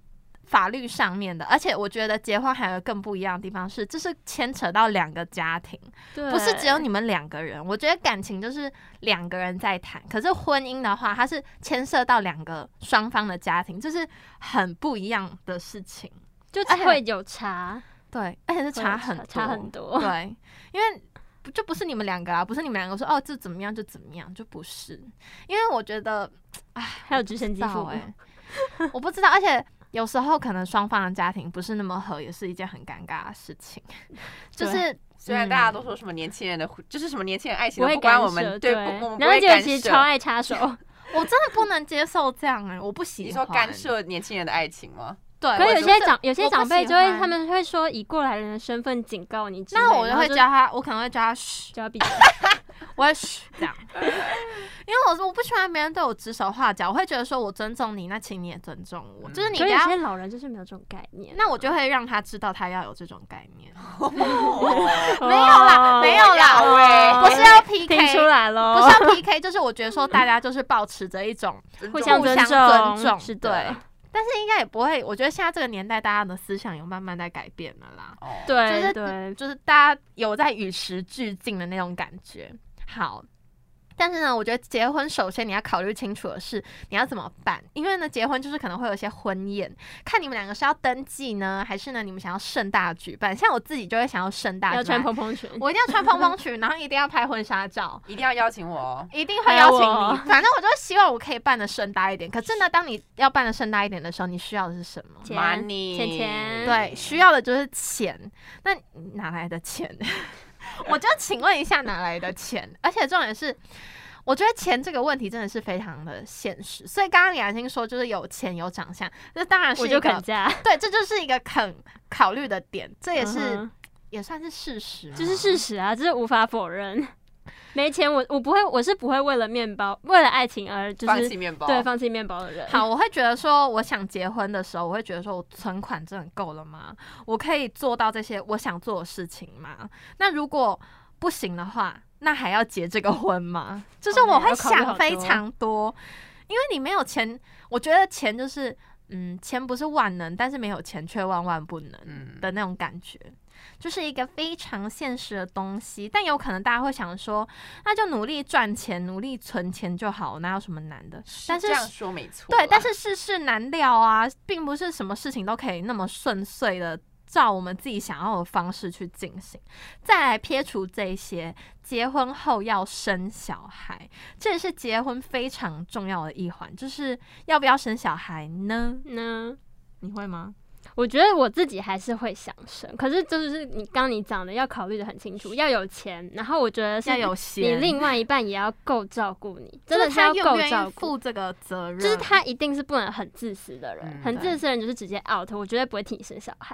法律上面的，而且我觉得结婚还有更不一样的地方是，这是牵扯到两个家庭，不是只有你们两个人。我觉得感情就是两个人在谈，可是婚姻的话，它是牵涉到两个双方的家庭，这是很不一样的事情。就而且会有差，对，而且是差会有很多，差很多。 对，因为不就不是你们两个啊，不是你们两个说哦这怎么样就怎么样，就不是。因为我觉得还有直升机到父母，哎、 我不知道，而且有时候可能双方的家庭不是那么合，也是一件很尴尬的事情。就是虽嗯然大家都说什么年轻人的，就是什么年轻人爱情不都会不关干我涉。们，对，不我们不然后会结果干其实超涉。爱 插手，我真的不能接受这样哎、我不喜欢。你说干？涉年轻人的爱情吗？对，可我是有觉些得长有些我不长辈喜就会欢他们会说以过来人的身份警告你之类的，那我就然后会教他，我可能会教他嘘，就要闭嘴。我会嘘这样， 因为我说我不喜欢别人对我指手画脚，我会觉得说我尊重你，那请你也尊重我，就是 你啊可不是有要些老人就是没有这种概念。那我就会让他知道他要有这种概念，哦没没有啦没有啦要不是要 PK，哦听出来哦喽，不是要 PK，就是我觉得说大家就是保持着一种互相相尊尊重重，是是的的，但是应该也不会，我觉得现在这个年代大家的思想有慢慢在改变了啦，哦，就是对对，就是大家有在与时俱进的那种感觉。好。但是呢，我觉得结婚首先你要考虑清楚的是你要怎么办，因为呢，结婚就是可能会有一些婚宴，看你们两个是要登记呢，还是呢你们想要盛大举办？像我自己就会想要盛大要举办穿，蓬蓬裙，我一定要穿蓬蓬裙，然后一定要拍婚纱 照，一定要邀请我哦。一定会邀请还有我你。反正我就希望我可以办的盛大一点。可是呢，当你要办的盛大一点的时候，你需要的是什么？钱 money 钱钱对，需要的就是钱。那你哪来的钱？ 我就请问一下，哪来的钱？ 而且重点是，我觉得钱这个问题真的是非常的现实。所以刚刚李雅欣说，就是有钱有长相，这当然是我一就个肯嫁，对，这就是一个肯考虑的点，这也是、嗯也算是事实嘛，哼这是事实啊，这是无法否认。 没钱我我不会，我是不会为了面包，为了爱情而就放是弃面包，对放弃面包的 人。好，我会觉得说，我想结婚的时候，我会觉得说我存款真的够了吗？我可以做到这些我想做的事情吗？那如果不行的话，那还要结这个婚吗？就是哦那我也会要考虑想好非多常多，因为你没有钱，我觉得钱就是，嗯，钱不是万能，但是没有钱却万万不能。嗯，的那种感觉，就是一个非常现实的东西。但有可能大家会想说，那就努力赚钱，努力存钱就好，哪有什么难的？但是这样说没错啦。对，但是世事难料啊，并不是什么事情都可以那么顺遂的照我们自己想要的方式去进行。再来撇除这些，结婚后要生小孩，这也是结婚非常重要的一环，就是要不要生小孩呢？那你会吗？我觉得我自己还是会想生，可是就是你刚你讲的要考虑的很清楚，要有钱，然后我觉得是要有你闲，另外一半也要够照顾你，就真是的是他要愿够不愿照意顾负。这个责任，就是他一定是不能很自私的人，嗯很自私的人就是直接 out，我绝对不会替你生小孩，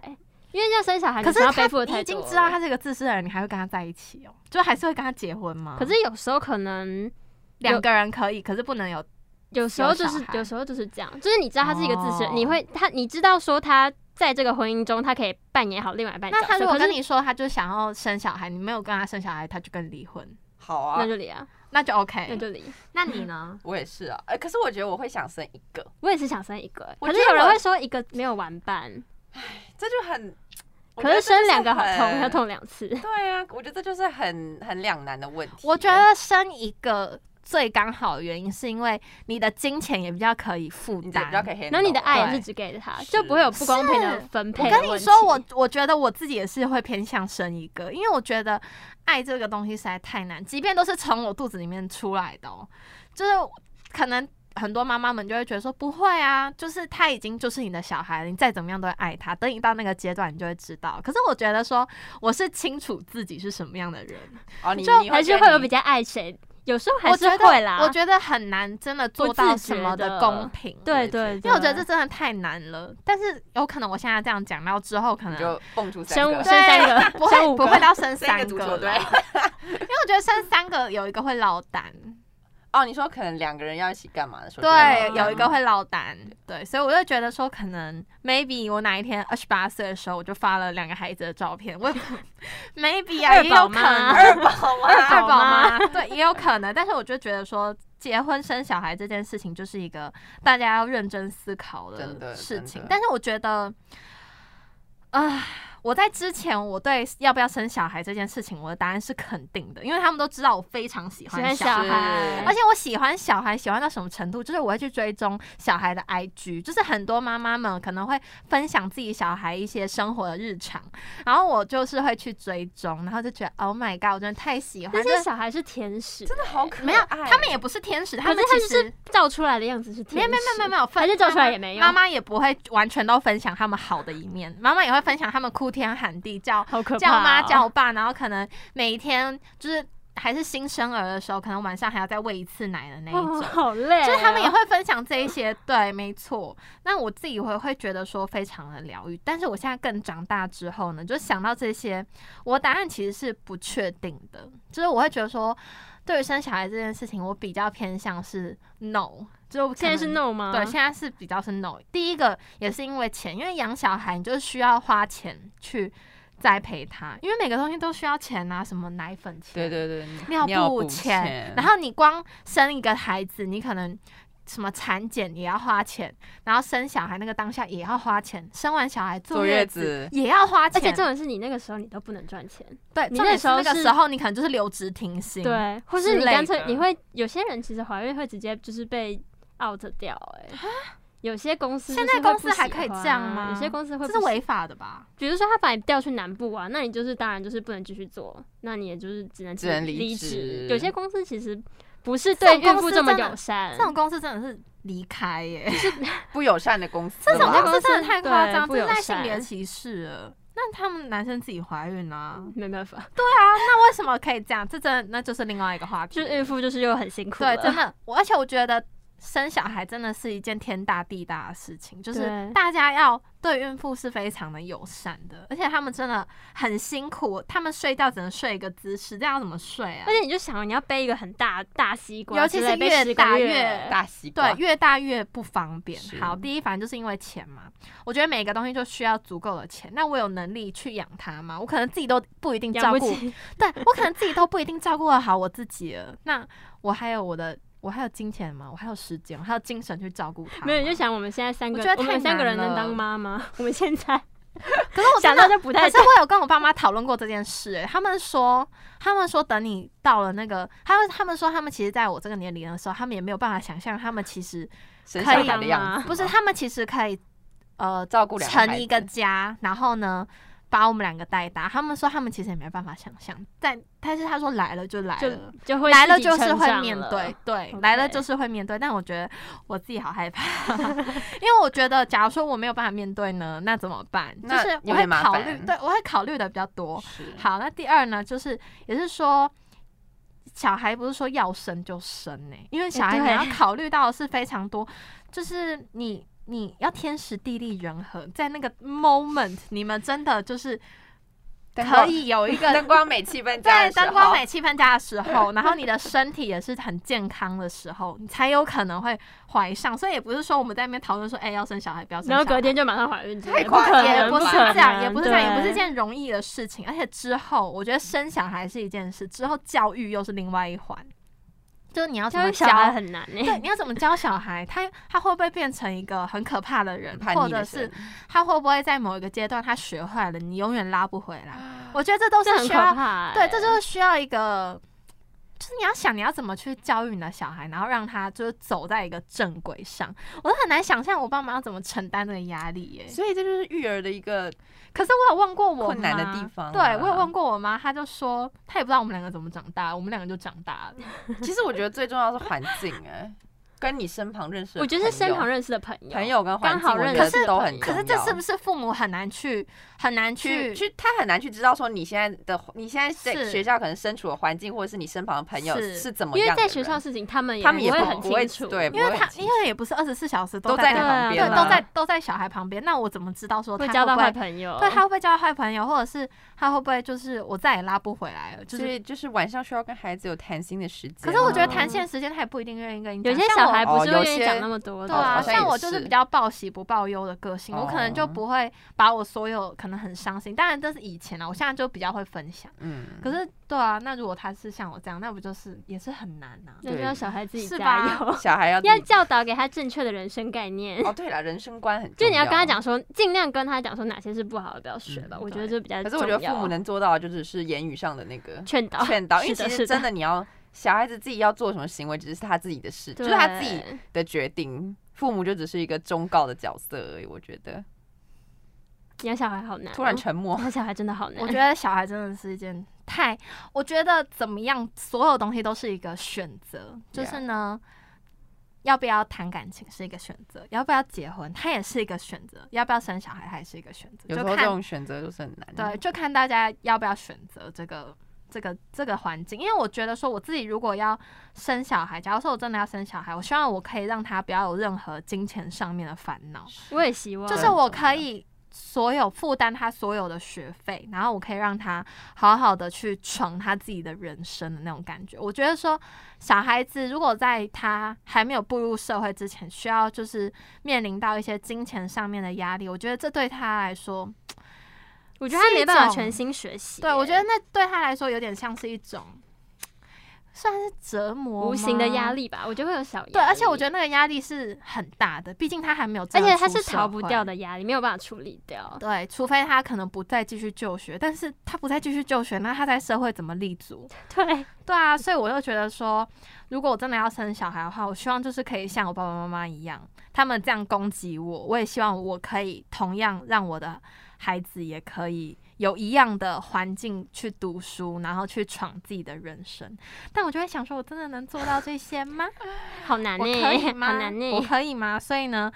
因为要生小孩，可是要他背负的你太已多经了知道他是个自私的人，你还会跟他在一起哦？就还是会跟他结婚吗？可是有时候可能，两个人可以，可是不能有有时候就有是小孩有时候就是这样，就是你知道他是一个自私人，哦你会他你知道说他在这个婚姻中他可以扮演好另外一半角那色，他如果可是跟你说他就想要生小孩，你没有跟他生小孩，他就跟你离婚，好啊那，就离啊，那就 OK。那就离。那你呢？我也是啊，呃，可是我觉得我会想生一个， 我也是想生一个欸，我可是觉得有人我会说一个没有玩伴，这就很，我觉可得是这就生两个好很痛，要。痛两次。对啊，我觉得这就是很很两难的问题。我觉得生一个最刚好的原因是因为你的金钱也比较可以负你比较担可。以 handle，然后你的爱也对是只给他，是就不会有不公平的是分配我的跟问你题说，我我觉得我自己也是会偏向生一个，因为我觉得爱这个东西实在太难，即便都是从我肚子里面出来的、哦，就是可能很多妈妈们就会觉得说不会啊，就是他已经就是你的小孩了，你再怎么样都会爱他，等你到那个阶段你就会知道。可是我觉得说我是清楚自己是什么样的人，哦，你就你还是觉得会有你比较爱谁，有时候还我是觉得会啦。我觉得很难真的做不到自什觉么的的公平，对我觉得对，因为我觉得这真的太难了。但是有可能我现在这样讲，然后之后可你能就蹦出三生个五对生三 个，不生会五不个会到生三三个足球个队啦，。因为我觉得生三个有一个会落单，哦，你说可能两个人要一起干嘛的时候，对，对有一个会落单，对，所以我就觉得说，可能 maybe 我哪一天二十八岁的时候，我就发了两个孩子的照片，我 也不 maybe 啊，二也宝有可妈能二宝二啊，二宝宝妈妈，对，也有可能，但是我就觉得说。结婚生小孩这件事情就是一个大家要认真思考真的事真情的，但是我觉得，啊、我在之前我对要不要生小孩这件事情，我的答案是肯定的，因为他们都知道我非常喜喜欢欢小小孩，孩，而且我喜欢小孩喜欢到什么程度，就是我会去追踪小孩的 IG，就是很多妈妈们可能会分享自己小孩一些生活的日常，然后我就是会去追踪，然后就觉得 Oh my God，我真的太喜欢，那就些是小孩是天使， 真的好可爱。没有，他们也不是天使，他可是们他其就是实。照出来的样子是没天有使，没有没有没有，分还是照出来也没用妈妈妈也不会完全都分享他们好的一面，妈妈也会分享他们哭天喊地叫好可怕哦，叫妈叫爸，然后可能每一天就是还是新生儿的时候，可能晚上还要再喂一次奶的那一种哦，。 好累哦，就是他们也会分享这一些，对，没错。那我自己会会觉得说非常的疗愈，但是我现在更长大之后呢，就想到这些，我答案其实是不确定的，就是我会觉得说，对于生小孩这件事情，我比较偏向是 no，就可现在是能 no 吗？对，现在是比较是 no。第一个也是因为钱，因为养小孩你就是需要花钱去栽培他，因为每个东西都需要钱啊，什么奶粉钱，对对对，尿布钱，钱，然后你光生一个孩子，你可能什么产检也要花钱，然后生小孩那个当下也要花钱，生完小孩坐坐月子子也要花而钱，且重点是你那个时候你都不能赚钱，对，你重点那是时候那个是时候你可能就是留职停薪，，对，或之是你类干脆的你会有些人其实怀孕会直接就是被 out 掉哎、有些公司现就是在公会不司还喜可以这欢样啊吗有些公司会这是不喜违法的吧？比如说他把你调去南部啊，那你就是当然就是不能继续做，那你也就是只能只能离离职有些公司其实不是这对种公孕妇司这么真的友善这，种公司真的是离开耶、不友善的公司这种嘛公司真的太夸张，对这是不友在善性别歧视了。那他们男生自己怀孕啊？没办法，那为什么可以这样？这真的那就是另外一个话题就了。是孕妇就是又很辛苦了，对，真 的，我而且我觉得生小孩真的是一件天大地大的事情，就是对大家要对孕妇是非常的友善的，而且他们真的很辛苦，他们睡觉只能睡一个姿势，这样要怎么睡啊而？且你就想你要背一个很大大西瓜尤之其类，是背越10个大月越大西瓜对，，越大越不方便。是好，第一，反正就是因为钱嘛。我觉得每个东西就需要足够的钱。那我有能力去养它吗？我可能自己都不一定照养不顾，起，对我可能自己都不一定照顾得好我自己了。那我还有我的，我还有金钱吗？我还有时间，我还有精神去照顾他。没有你就，想我们现在三个，我觉得我太们三个难人能了当 妈吗？我们现在可是我真想的到就不太可是我有跟我爸妈讨论过这件事、欸，他们说，他们说等你到了那个，他们他们说他们其实在我这个年龄的时候，他们也没有办法想象，他们其实生可小以孩的样子不是，吗他们其实可以，呃，照顾两个孩成子一个家，然后呢，把我们两个带大。他们说他们其实也没办法想象，但但是他说来了就来就了。就会来自了己就是成会长面了对，对 OK 来了就是会面对。但我觉得我自己好害怕，因为我觉得假如说我没有办法面对呢，那怎么办？就那是我有会点麻考烦虑，对我会考虑的比较多。是好，那第二呢，就是也是说，小孩不是说要生就生呢、因为小孩你对要考虑到的是非常多，就是你你要天时地利人和，在那个 moment，你们真的就是灯可光以有 一个灯光美气氛加在的时候，灯光美气氛佳的时候，然后你的身体也是很健康的时候，你才有可能会怀上。所以也不是说我们在那边讨论说，哎、要生小孩不要生小然孩，后隔天就马上怀孕之类的，太夸不可张了也能，不是可这样，能也不是这样，也不是对件容易的事情。而且之后，我觉得生小孩是一件事，之后教育又是另外一环，就是你要怎教么育小教。孩很难欸呢、对，你要怎么教小孩？他他会不会变成一个很可怕的人，叛或逆的者声是他会不会在某一个阶段他学坏了，你永远拉不回来？我觉得这都这是很需可要怕、欸。对，这就是需要一个，就是你要想你要怎么去教育你的小孩，然后让他就是走在一个正轨上。我都很难想象我爸妈要怎么承担这个压力耶、所以这就是育儿的一个可是我有问过我困难的妈地方对啊我有问过我妈，她就说她也不知道我们两个怎么长大，我们两个就长大了。其实我觉得最重要的是环境哎、跟你身旁认识的朋友，我觉得是身旁认识的朋友，朋友跟环境，刚好我认觉识得可是都很重可要。是这是不是父母很难去很难去去去，他很难去知道说你现在的你现在在是学校可能身处的环境，或者是你身旁的朋友是是怎么因样的为人，在学校的事情，他们他们也也不会不很不会清楚，对因为不会他很清因楚为也不是二十四小时都在在你旁旁旁对边啊啦，都在都在小孩旁边，那我怎么知道说他会会交到不会坏朋友。对他会不会交到坏朋友，或者是他会不会就是我再也拉不回来了？就所是，以就是晚上需要跟孩子有谈心的时间啊。可是我觉得嗯谈线时间他也不一定愿意跟你讲。有些像我小孩不是哦有会愿意些讲那么多的，对啊，好像像也我就是是比较报喜不报忧的个性，我可能就哦不会把我所有可能很伤心，当然这是以前啊了，我现在就比较会分享。嗯，可是对啊，那如果他是像我这样，那不就是也是很难啊呐、那就要小孩自己是加吧油，小孩 要要教导给他正确的人生概念。哦，对了，人生观很就重啊你要跟他讲说，尽量跟他讲说哪些是不好的，不要学吧。嗯我觉对得这比较可重是要。我觉得父母能做到的就只是言语上的那个劝导，劝导，因为是的其是的实真的你要小孩子自己要做什么行为，只是他自己的事，就对是他自己的决定，父母就只是一个忠告的角色而已。我觉得养小孩好难哦，嗯突然沉默，养小孩真的嗯好难。我觉得小孩真的是一件太，我觉得怎么样，所有东西都是一个选择，就是呢。要不要谈感情是一个选择，要不要结婚它也是一个选择，要不要生小孩它也是一个选择， 有就时候这看种选择就是很难。对，，就看大家要不要选择这个这个这个环境，因为我觉得说我自己如果要生小孩，假如说我真的要生小孩，我希望我可以让他不要有任何金钱上面的烦恼，我也希望，就是我可以所有负担他所有的学费，然后我可以让他好好的去闯他自己的人生的那种感觉。我觉得说，小孩子如果在他还没有步入社会之前，需要就是面临到一些金钱上面的压力，我觉得这对他来说。我觉得他是一没办法种全心学习耶。欸对，我觉得那对他来说有点像是一种，算是折磨，无形的压力。力吧，我觉得会有小压力。对，而且我觉得那个压力是很大的，毕竟他还没有真而的且他出是社逃不会掉。的压力，没有办法处理掉。对，除非他可能不再继续就学，但是他不再继续就学，那他在社会怎么立足？对，对啊，所以我就觉得说，如果我真的要生小孩的话，我希望就是可以像我爸爸妈妈一样，他们这样攻击我，我也希望我可以同样让我的孩子也可以有一样的环境去读书，然后去闯自己的人生。但我就会想说，我真的能做到这些吗？好难我呢， 可以好吗？难欸我呢。可以吗？所以呢，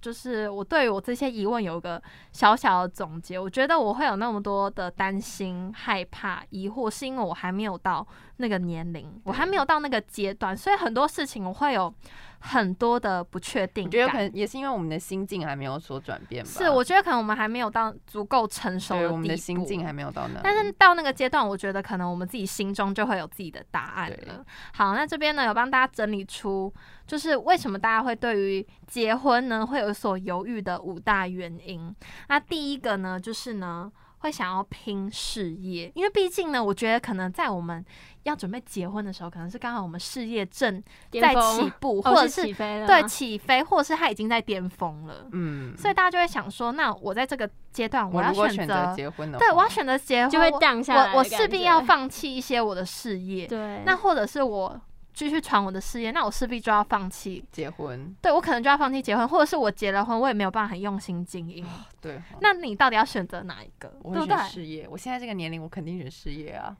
就是我对于我这些疑问有一个小小的总结。我觉得我会有那么多的担心、害怕、疑惑，是因为我还没有到那个年龄，我还没有到那个阶段，所以很多事情我会有很多的不确定我觉得可感。能也是因为我们的心境还没有所转变吧。是，我觉得可能我们还没有到足够成熟对的我们的地心步境还没有到那里。但是到那个阶段，我觉得可能我们自己心中就会有自己的答案对了。好，那这边呢有帮大家整理出，就是为什么大家会对于结婚呢会有所犹豫的五大原因。那第一个呢，就是呢。会想要拼事业，因为毕竟呢，我觉得可能在我们要准备结婚的时候，可能是刚好我们事业正在巅起峰，步，哦或者是是起飞了吗，对起飞，或者是它已经在巅峰了，嗯，所以大家就会想说，那我在这个阶段，我要如果选选择择结婚的话，对，我要选择结婚，就会我荡下来的我我感势必觉要放弃一些我的事业，对，那或者是我继续传我的事业，那我势必就要放弃，结婚，对我可能就要放弃结婚，或者是我结了婚，我也没有办法很用心经营。哦对，那你到底要选择哪一个？我对不会对选？事业。我现在这个年龄，我肯定选事业 啊。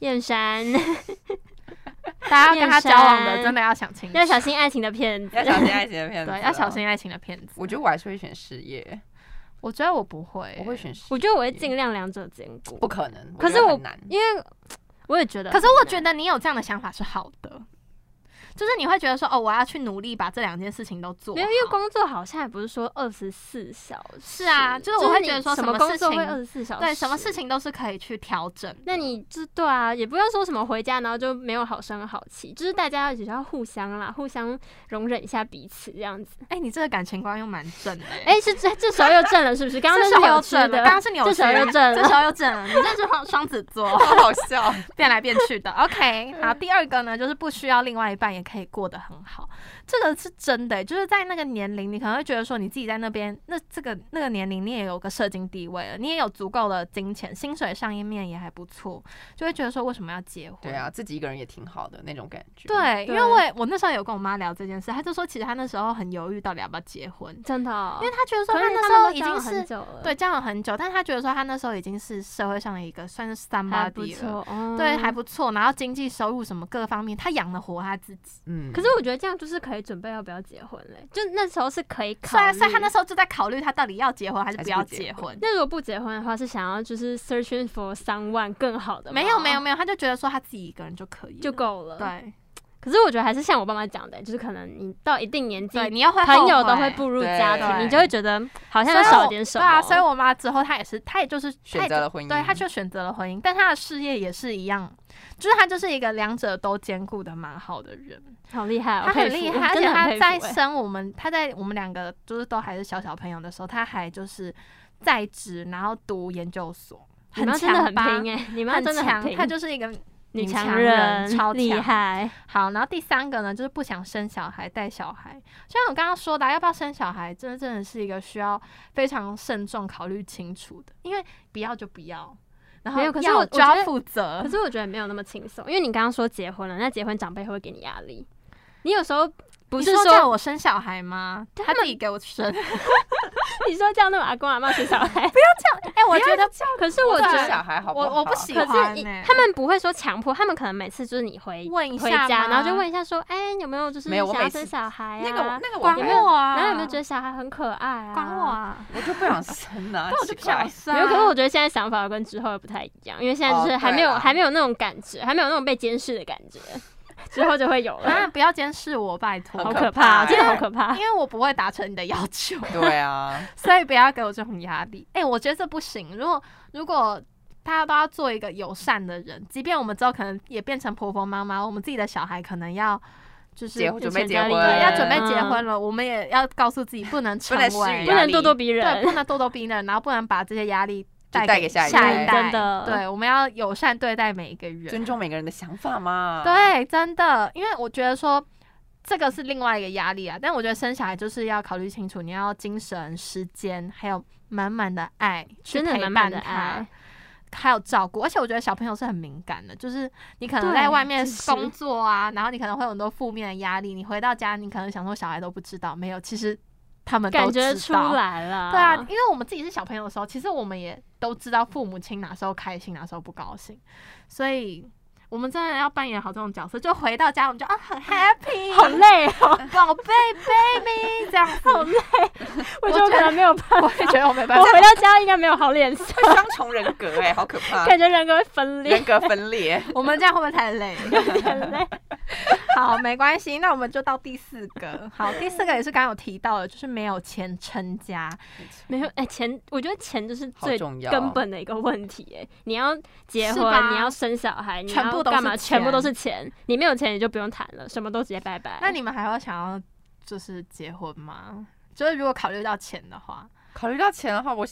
燕 山大家要跟他燕交往的，山真的要想清楚，要小心爱情的骗子要。小心爱情的骗子，啊对，要小。心爱情的骗子。我觉得我还是会选事业，我觉得我不会，我会选事业。我觉得我会尽量两者兼顾不，可能，可是觉得我很难。因为我也觉得欸很可难，是我觉得你有这样的想法是好的，就是你会觉得说，哦，我要去努力把这两件事情都做好。没有，因为工作好像也不是说二十四小时，是啊就是是我会你觉得说什什么么工事作会情二十四小时，对什么事。情都是可以去调整的。那你就是对啊，也不要说什么回家然后就没有好声好气，就是大家也是要互相啦，互相容忍一下彼此这样子。哎、你这个感情观又蛮正的、欸。哎、是这这时候又正了是不是？刚刚这时那是候又扭曲正了，的，刚刚 是扭曲这时候又正这时了。候又正了，你这是双双子座，好好 笑，变来变去的。OK，好， 第二个呢，就是不需要另外一半也可以过得很好，这个是真的欸、就是在那个年龄，你可能会觉得说你自己在那边，那这个那个年龄你也有个社经地位了，你也有足够的金钱，薪水上一面也还不错，就会觉得说为什么要结婚？对啊，自己一个人也挺好的那种感觉。，对，因为对我也我那时候有跟我妈聊这件事，她就说其实她那时候很犹豫到底要不要结婚，真的哦、因为她觉得说可她是那他时们候都已交往经很是久了，对，交往很久，但他觉得说他那时候已经是社会上的一个算是还不 somebody 了，错，哦对，还不错。然后经济收入什么各方面，他养得活他自己。嗯。可是我觉得这样就是可以准备要不要结婚嘞、就那时候是可以考虽虑。然，所以他那时候就在考虑他到底要结婚还是还不是要不结结婚。那如果不结婚的话，是想要就是 searching for someone 更好的吗？没有没有没有，他就觉得说他自己一个人就可以了，就够了。，对可是我觉得还是像我爸妈讲的，就是可能你到一定年纪对，，你要会朋友后悔都会步入家对庭，你就会觉得好像所以少我点什么。对啊，所以我妈之后她也是，她也就是选择了婚姻对，她就选择了婚姻，但她的事业也是一样，就是她就是一个两者都兼顾的蛮好的人。好厉害、哦，他很佩服厉我害，而真且的很他佩服在欸生我们，他在我们两个就是都还是小小朋友的时候，他还就是在职，然后读研究所，你很妈真的强很吧？拼哎、你妈很真的强，拼，他就是一个女女强强人超厉强害。好。然后第三个呢，就是不想生小孩，带小孩。就像我刚刚说的啊，要不要生小孩，真的真的是一个需要非常慎重考虑清楚的，因为不要就不要，然后没有可是要我就我觉要得负责可。是我觉得没有那么轻松，因为你刚刚说结婚了，那结婚长辈会给你压力，你有时候不你是说说叫我生小孩吗？他自己给我 生。你说叫那种阿公阿妈生小孩，哎，我觉得可是我觉生得。小孩好不好？我我不喜可是欢你欸他们不会说强迫，他们可能每次就是你回问一回下家，吗，然后就问一下说，哎、有没有就是没有我想要每次生小孩啊？那个我那个我管还我啊，然后有没有觉得小孩很可爱啊？管我啊？我就不想生啊，但我就奇不怪想。生啊。没有，可是我觉得现在想法跟之后又不太一样，因为现在就是哦还没有、对啦还没有那种感觉，还没有那种被监视的感觉，之后就会有啊，了，不要监视我，拜托，好好可可怕，怕真的好可怕因。为我不会达成你的要求，对啊，所以不要给我这种压力。哎、我觉得这不行。如果如果大家都要做一个友善的人，即便我们之后可能也变成婆婆妈妈，我们自己的小孩可能要就是结婚准备成结家婚立业，对要嗯准备结婚了，我们也要告诉自己不能成能施为予啊不压能力咄咄逼对，人不，能咄咄逼人，然后不能把这些压力就带给下下一一代代。真的对，我们要友善对待每一个人，尊重每个人的想法嘛。，对，真的，因为我觉得说这个是另外一个压力啊，但我觉得生小孩就是要考虑清楚，你要精神、时间，还有满满的爱去真的陪满满伴的他爱。。还有照顾，而且我觉得小朋友是很敏感的，就是你可能对在外面真是工作啊，然后你可能会有很多负面的压力，你回到家，你可能想说小孩都不知道，没有，其实他们都感觉知出道。来了，对啊，因为我们自己是小朋友的时候，其实我们也都知道父母亲哪时候开心，哪时候不高兴，所以我们真的要扮演好这种角色。就回到家，我们就啊很 happy，好累哦，宝贝 baby 这样子，好累， 我我就可觉得能没有办法，我也觉得我没办我法。回到家应该没有好脸色， 双重人格哎，好可 怕，感觉人格会分裂 人，格分裂。我们这样会不会太 累？很累。好，没关系，那我们就到第四 个。好，第四个也是刚刚有提到的，就是没有钱成家。没有哎、钱，我觉得钱就是好最重要根本的一个问题哎、你要结是婚吧，你要生小孩，你全部要都干是嘛？全部钱都是钱，你没有钱你就不用谈了，什么都直接拜拜。那你们还会想要就是结婚吗？就是如果考虑到钱的话，考虑到钱的话，我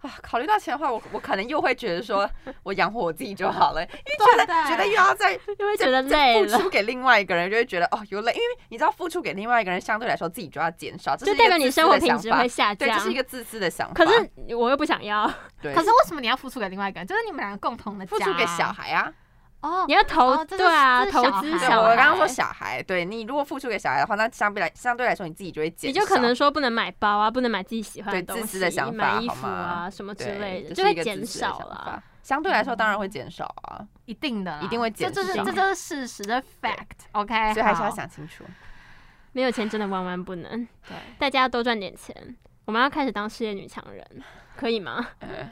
啊，考虑到钱的话，我我可能又会觉得说，我养活我自己就好了，因为觉对得觉得又要再就会再觉得再累付了，出给另外一个人，就会觉得哦，有累，因为你知道付出给另外一个人，相对来说自己就要减少，这是就一个代表你自私生活的品想质法会下对，降这。是一个自私的想法。哦可是我又不想要，对可是为什么你要付出给另外一个人？就是你们两个共同的家付出给小孩啊，哦，你要投、哦这是对啊，这是投小资孩对，小我孩，刚刚说小孩，对你如果付出给小孩的话，那相对来相对来说你自己就会减你少，就可能说不能买包啊，不能买自己喜欢对东西，自私的想法买衣好服啊什么之对类的，这就是会一个减自私的少想啦嗯法。。相对来说当然会减少啊，一定的啦，一定会减这这是少这就是事实，这是 fact。OK，哎所以还是要好想清 楚。没有钱真的万万不能，对。大家多赚点钱。我们要开始当事业女强人，可以吗？ 嗯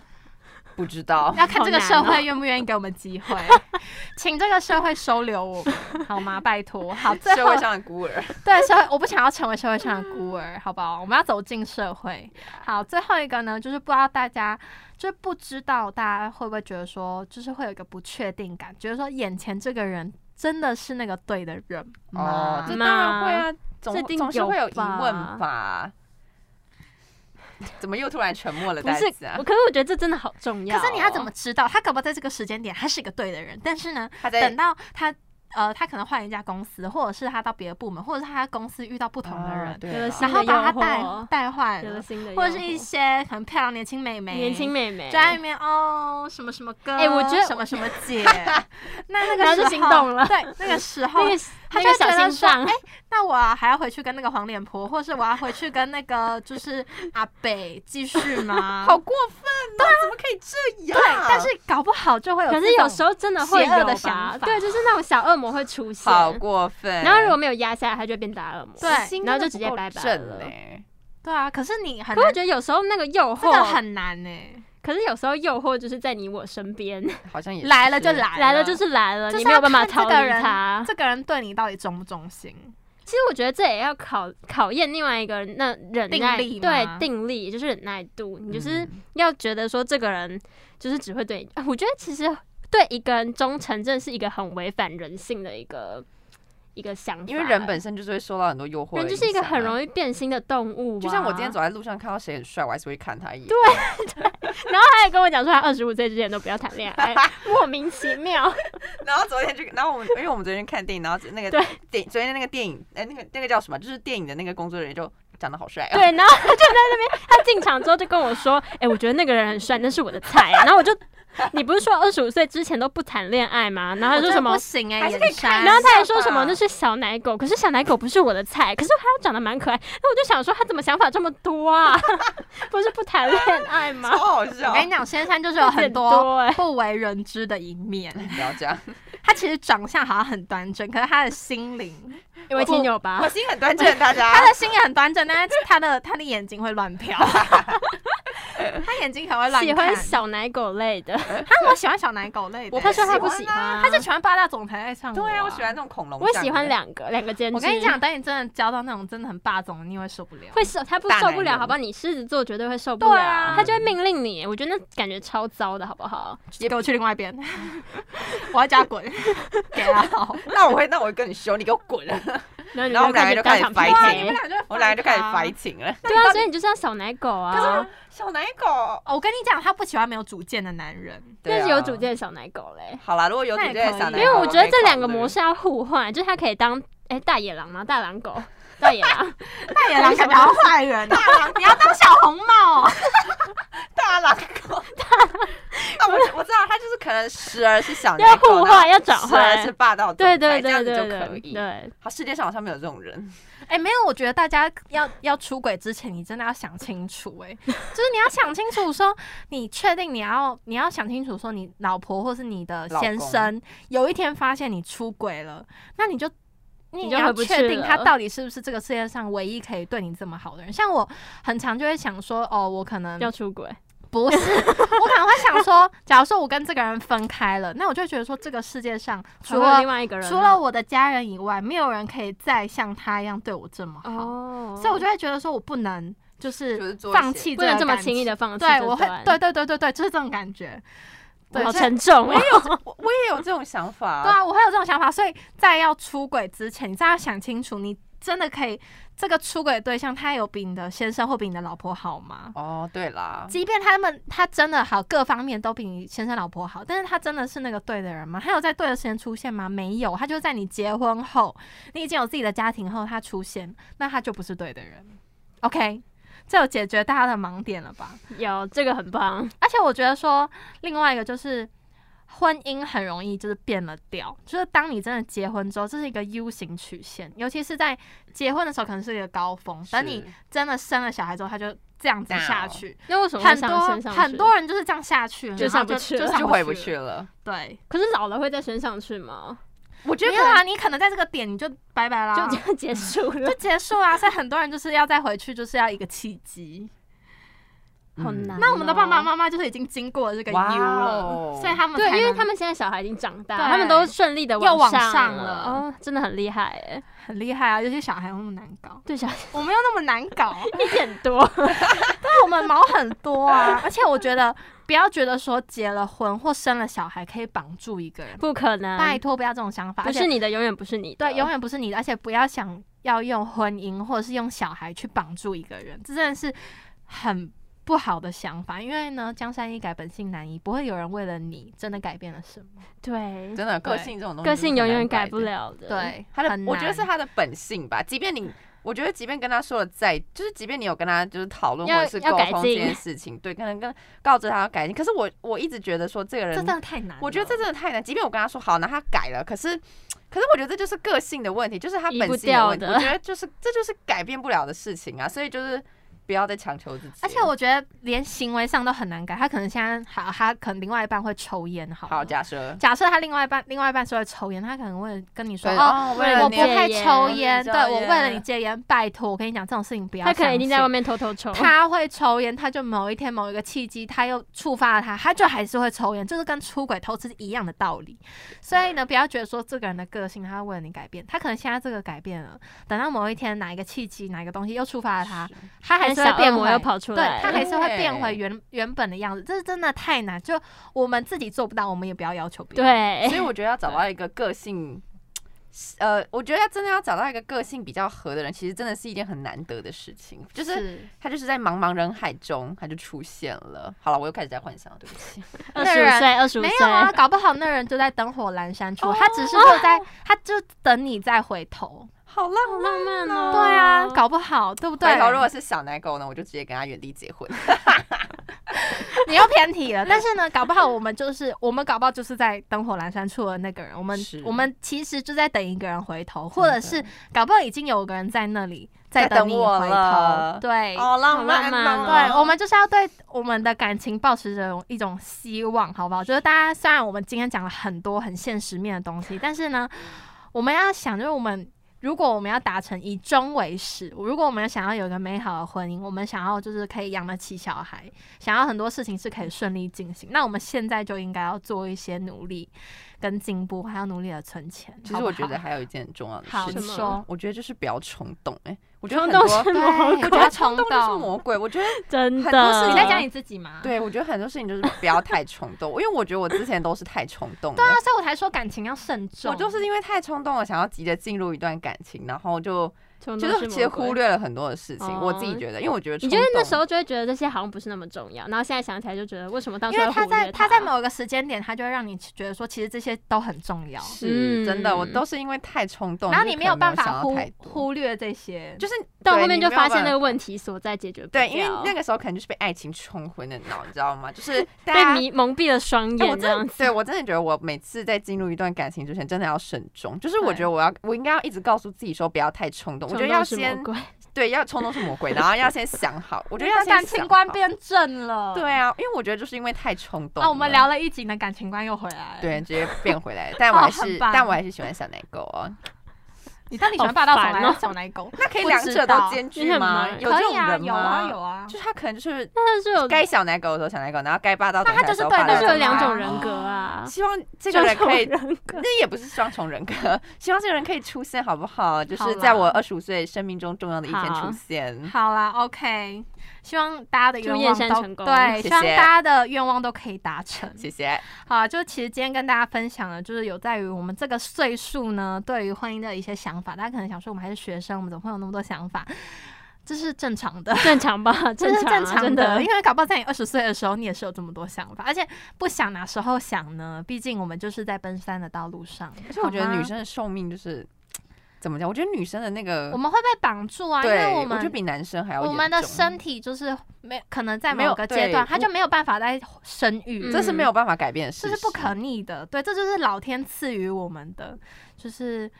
不知道，要看这个好社难哦会愿不愿意给我们机会，哦 请这个社会收留我们，好吗？拜托，好，最社后会上的孤 儿，对社会，我不想要成为社会上的孤儿，好不好？我们要走进社会。好，最后一个呢，就是不知道大家，就是不知道大家会不会觉得说，就是会有一个不确定感，觉得说眼前这个人真的是那个对的人吗哦，这嗯当然会啊，总这一定总是有会有疑吧问吧？ 怎么又突然沉默了？啊不大是，家我，可是我觉得这真的好重要可哦、是你要怎么知道他搞不好在这个时间点他是一个对的人？但是呢，他在等到他呃，他可能换一家公司，或者是他到别的部门，或者是他在公司遇到不同的人，对有的啊新然后把他诱带惑带坏有了了，哦新的诱惑，啊或者是一些很漂亮年轻妹妹，年轻妹妹，就在那边哦什么什么哥，哎我觉得什么什么 姐，那那个然后就时候心动了对，那个时候 那。个他那就会个觉小得心说，哎、脏，那我啊还要回去跟那个黄脸婆，或是我要回去跟那个就是阿北继续 吗？好过分呐！啊怎么可以这样？对，但是搞不好就会有可这种，是有时候真的会邪恶有的吧想法对，就是那种小恶魔会出现。好过分。然后如果没有压下来，他就会变大恶魔。对心然后真的就直接不够拜拜正了欸对啊，可是你很可我难，觉得有时候那个诱真的惑，很难欸呢、可是有时候诱惑就是在你我身边，好像也来了就是来了，来了就是来了，就是你没有办法要看这逃离个人它。这个人对你到底忠不忠心？其实我觉得这也要考考验另外一个人那忍定耐，力吗对定力就是忍耐度，你就是嗯要觉得说这个人就是只会对你。啊我觉得其实对一个人忠诚，真的是一个很违反人性的一个一个想法，因为人本身就是会受到很多诱惑的人影响啊，就是一个很容易变心的动物、啊。就像我今天走在路上看到谁很帅，我还是会看他一眼。他还跟我讲说，他二十五岁之前都不要谈恋爱，哎 莫名其妙。然后昨天就，然后我们因为我们昨天看电影，然后那个对电昨天那个电影，哎、那个那个叫什么？就是电影的那个工作人员就长得好帅 啊。对，然后他就在那边，他进场之后就跟我说：“ 哎、我觉得那个人很帅，那是我的菜。”啊 然后我就，你不是说二十五岁之前都不谈恋爱吗？然后他我说觉什得么不？行哎、还欸，是眼可以山看然后他还说什吧么那是小奶狗，可是小奶狗不是我的菜，可是他长得蛮可爱。那我就想说，他怎么想法这么多啊？ 不是不谈恋爱吗 超？好我笑！跟你讲，先生就是有很很多多欸不为人知的一面。不要这样，他其实长相好像很端正，可是他的心灵，因为听友吧我，心很端正，大家他。的心也很端正，但是他的他的眼睛会乱瞟，他眼睛很会乱看。喜欢小奶狗类的，啊，我喜欢小奶狗类的。他说他不喜喜欢欢啊，他就喜欢霸道总裁爱上我、对啊，我喜。欢那种恐龙。我喜欢。两个两个兼职。我跟你讲，等你真的交到那种真的很霸总的，你会受不了。会受他不大受男不了，人好不好？你狮子座绝对会受不了，对啊他就会命令你。我觉得那感觉超糟的，好不好？给我去另外一边，我要叫他滚，给他好。那我会，那我会跟你修，你给我滚！ 然后你然后我们两开个始就当开始场 fighting 哇， PK 你们俩就我两个就开始反抗 fighting 了。对啊，所以你就是要小奶狗啊，小奶狗，哦我跟你讲，他不喜欢没有主见的男人。但对是啊有主见。的小奶狗嘞。好啦，如果有主见的小那也可奶狗，以因为我觉得可以这两个考虑模式要互换，就是它可以当哎大野狼嘛，大狼 狗，大野狼，大 野狼感觉好像坏人，啊你要当小红帽哦。大狼狗， 大狼。啊，我我知道，他就是可能时而是小奶要狗，互换，要转时而是换。霸道总裁，对对这对样子对就可对以。嗯对，好，世界上好像没有这种人， 哎、没有，我觉得大家要要出轨之前，你真的要想清楚、哎，就是你要想清楚说，你确定你要你要想清楚说，你老婆或是你的先生有一天发现你出轨了，那你就。你你你就要回不去确定他了到底是不是这个世界上唯一可以对你这么好的人。像我很常就会想说，哦，我可能要出轨， 不是，我可能会想说，假如说我跟这个人分开了，那我就会觉得说，这个世界上除还会有了另外一个人吗，除了我的家人以外，没有人可以再像他一样对我这么好，哦，所以我就会觉得说我不能就就是是做一些放弃不个能这么感轻易情的放弃对，这我会段，对对对对对，就是这种感觉。对，好所以沉重哦。我我也有这种想法。对啊，我会有这种想法，所以在要出轨之前，你真的要想清楚，你真的可以这个出轨对象他有比你的先生或比你的老婆好吗？哦，对啦，即便他们他真的好，各方面都比你先生老婆好，但是他真的是那个对的人吗？他有在对的时间出现吗？没有，他就在你结婚后，你已经有自己的家庭后，他出现，那他就不是对的人。OK，这有解决 大家的盲点了吧？有这个很棒，而且我觉得说，另外一个就是，婚姻很容易就是变了调，就是当你真的结婚之后，这是一个 U 型曲线，尤其是在结婚的时候可能是一个高峰，等你是真的生了小孩之后，他就这样子下去。那为什么会很上升多上去很多人就是这样下去，就然后上不去就了啊上就不回不去去了。了。对，可是老了会再升上去吗？我觉得没可有能啊，你可能在这个点你就拜拜啦， 就这样结束了就，结束啊。所以很多人就是要再回去，就是要一个契机。 好难哦。那我们的爸爸妈妈就是已经经过了这个 U 哇了，哦所以他们对，才因为能他们现在小孩已经长大，对他们都顺利的又往上上了哦，真的很厉害哎。很厉害啊，有些小孩那么难搞，对，小孩我没有那么难 搞，一点多，但我们毛很多啊。而且我觉 得不要觉得说结了婚或生了小孩可以绑住一个人，不可能，拜嗯托不要这种想法，不而且是你的，永远不是你的，对，啊永远不是你的，而且不要想要用婚姻或者是用小孩去绑住一个人，这真的是很不好的想法。因为呢，江山易改，本性难移，不会有人为了你真的改变了什么。对，真的个对性这种东西，个性永远改不。了的。，对，他的很我觉得是难他的本性吧，即便你。我觉得，即便跟他说了再，就是即便你有跟他就是讨论或要者是要沟改通这进件事情，对，可能跟告知他要改进。可是我我一直觉得说这个这人真的太难了。我觉得这真的太难。即便我跟他说好，那他改了，可是，可是我觉得这就是个性的问题，就是他移本不性的问题。掉的我觉得就是这就是改变不了的事情啊，所以就是不要再强求自己。而且我觉得连行为上都很难改。他可能现在好，他可能另外一半会抽烟，好了。好假设，假设他另外一半另外一半是会抽烟，他可能会跟你说：“对哦，哦，为为了了我你不戒会烟抽烟，戒对我为了烟你戒烟，拜托，我跟你讲这种事情不要。”他可能一定在外面偷偷抽。他会抽烟，他就某一天某一个契机，他又触发了他，他就还是会抽烟，就是跟出轨偷吃是一样的道理。所以呢，不要觉得说这个人的个性他为了你改变，他可能现在这个改变了，等到某一天哪一个契机、哪一个东西又触发了他，他还是小会恶变魔又回。跑出对来他还了，是会变回原原本的样子，这是真的太难。就我们自己做不到，我们也不要要求别人。哎对 所以我觉得要找到一个个性，呃，我觉得要真的要找到一个个性比较合的人，其实真的是一件很难得的事情。就是他就是在茫茫人海中，他就出现了。好了，我又开始在幻想了，对不起。二那十五人岁，二十五没岁，有啊，搞不好那人就哦在灯火阑珊处，他只是就在，他就等你再回头。好浪好漫。浪漫哦。对啊，搞不好，对不对？回头如果是小奶狗呢，我就直接跟他原地结婚。 你又偏题了。但是呢，搞不好我们就是我们搞不好就是在灯火阑珊处的那个人，我们是我们其实就在等一个人回头，或者是搞不好已经有个人在那里在在等你我回头了。对。浪哎漫哦啊对，我们就是要对我们的感情保持着一种希望，好不好？就是大家虽然我们今天讲了很多很现实面的东西，但是呢，我们要想，就是我们如果我们要达成以终为始，如果我们想要有一个美好的婚姻，我们想要就是可以养得起小孩，想要很多事情是可以顺利进行，那我们现在就应该要做一些努力跟进步，还要努力的存钱。 其好实不我觉得好还有一件很重要的好事什情，么说我觉得就是不要冲动。哎，我觉得很冲动是多对，魔我鬼觉得冲动就是动。魔鬼。我觉得真很多事的，情你在讲你自己吗？对，我觉得很多事情就是不要太冲动，因为我觉得我之前都是太冲动了对。啊，所以我才说感情要慎重。我哦就是因为太冲动了，想要急着进入一段感情，然后就冲就动是其实魔鬼忽略了很多的事情。哦我自己觉得，因为我觉得你觉得冲动那时候就会觉得这些好像不是那么重要，然后现在想起来就觉得为什么当初因为要他忽略在他它在某一个时间点，他就会让你觉得说，其实这些都很重要，是嗯真的，我都是因为太冲动，然后就你是没可有能办想法到忽太多忽略这些。就是到对后面你就没有发现办那法个问题所在解决不对，因为掉那个时候可能就是被爱情冲昏了脑，你知道 吗？就是大被家迷蒙蔽了双哎我眼这样真的子。对我真的觉得，我每次在进入一段感情之前，真的要慎重。就是我对觉得我要，我应该要一直告诉自己说，不要太冲动。我觉冲得动要是先魔鬼对，要冲动是魔鬼，然后要先想好。我我觉得要先感想情好观。变正了。对啊，因为我觉得就是因为太冲动了。啊，我们聊了一集呢，感情观又回来了。对，直接变回 来。但我还是哦很，棒但我还是喜欢小奶狗哦。你到底喜欢霸道总裁好还烦是小奶狗？那可以不两知者道都兼你具很吗？忙有可这以种啊，人有吗？啊有啊就。是他可能就是但是有该小奶狗的时候小奶狗，然后该霸道总那他裁就的是时候对霸的但道总是裁。有两种啊人格啊，希望哦这个就人可以人格。那也不是双重人格，希望这个人可以出现，好不好？就好是啦在我二十五岁生命中重要的一天好出现。好啦，OK，希望大家的愿祝望燕山都成功对，谢希望谢大家的愿望都可以达成。谢谢，好啊，就其实今天跟大家分享的，就是有在于我们这个岁数呢，对于婚姻的一些想法。大家可能想说，我们还是学生，我们怎么会有那么多想法？这是正常的，正常吧，这是常啊、正常真的因。为搞不好在你二十岁的时候，你也是有这么多想法，而且不想哪时候想呢？毕竟我们就是在奔三的道路上。而且我觉好得吗女生的寿命就是怎么讲？我觉得女生的那个我，们会被绑住啊，因对，为我觉得们比男生还要我们的严重身体就是没可能在没有某个阶段，对它就没有办法再生育，嗯这是没有办法改变的事这实，是不可逆的。对，这就是老天赐予我们的，就是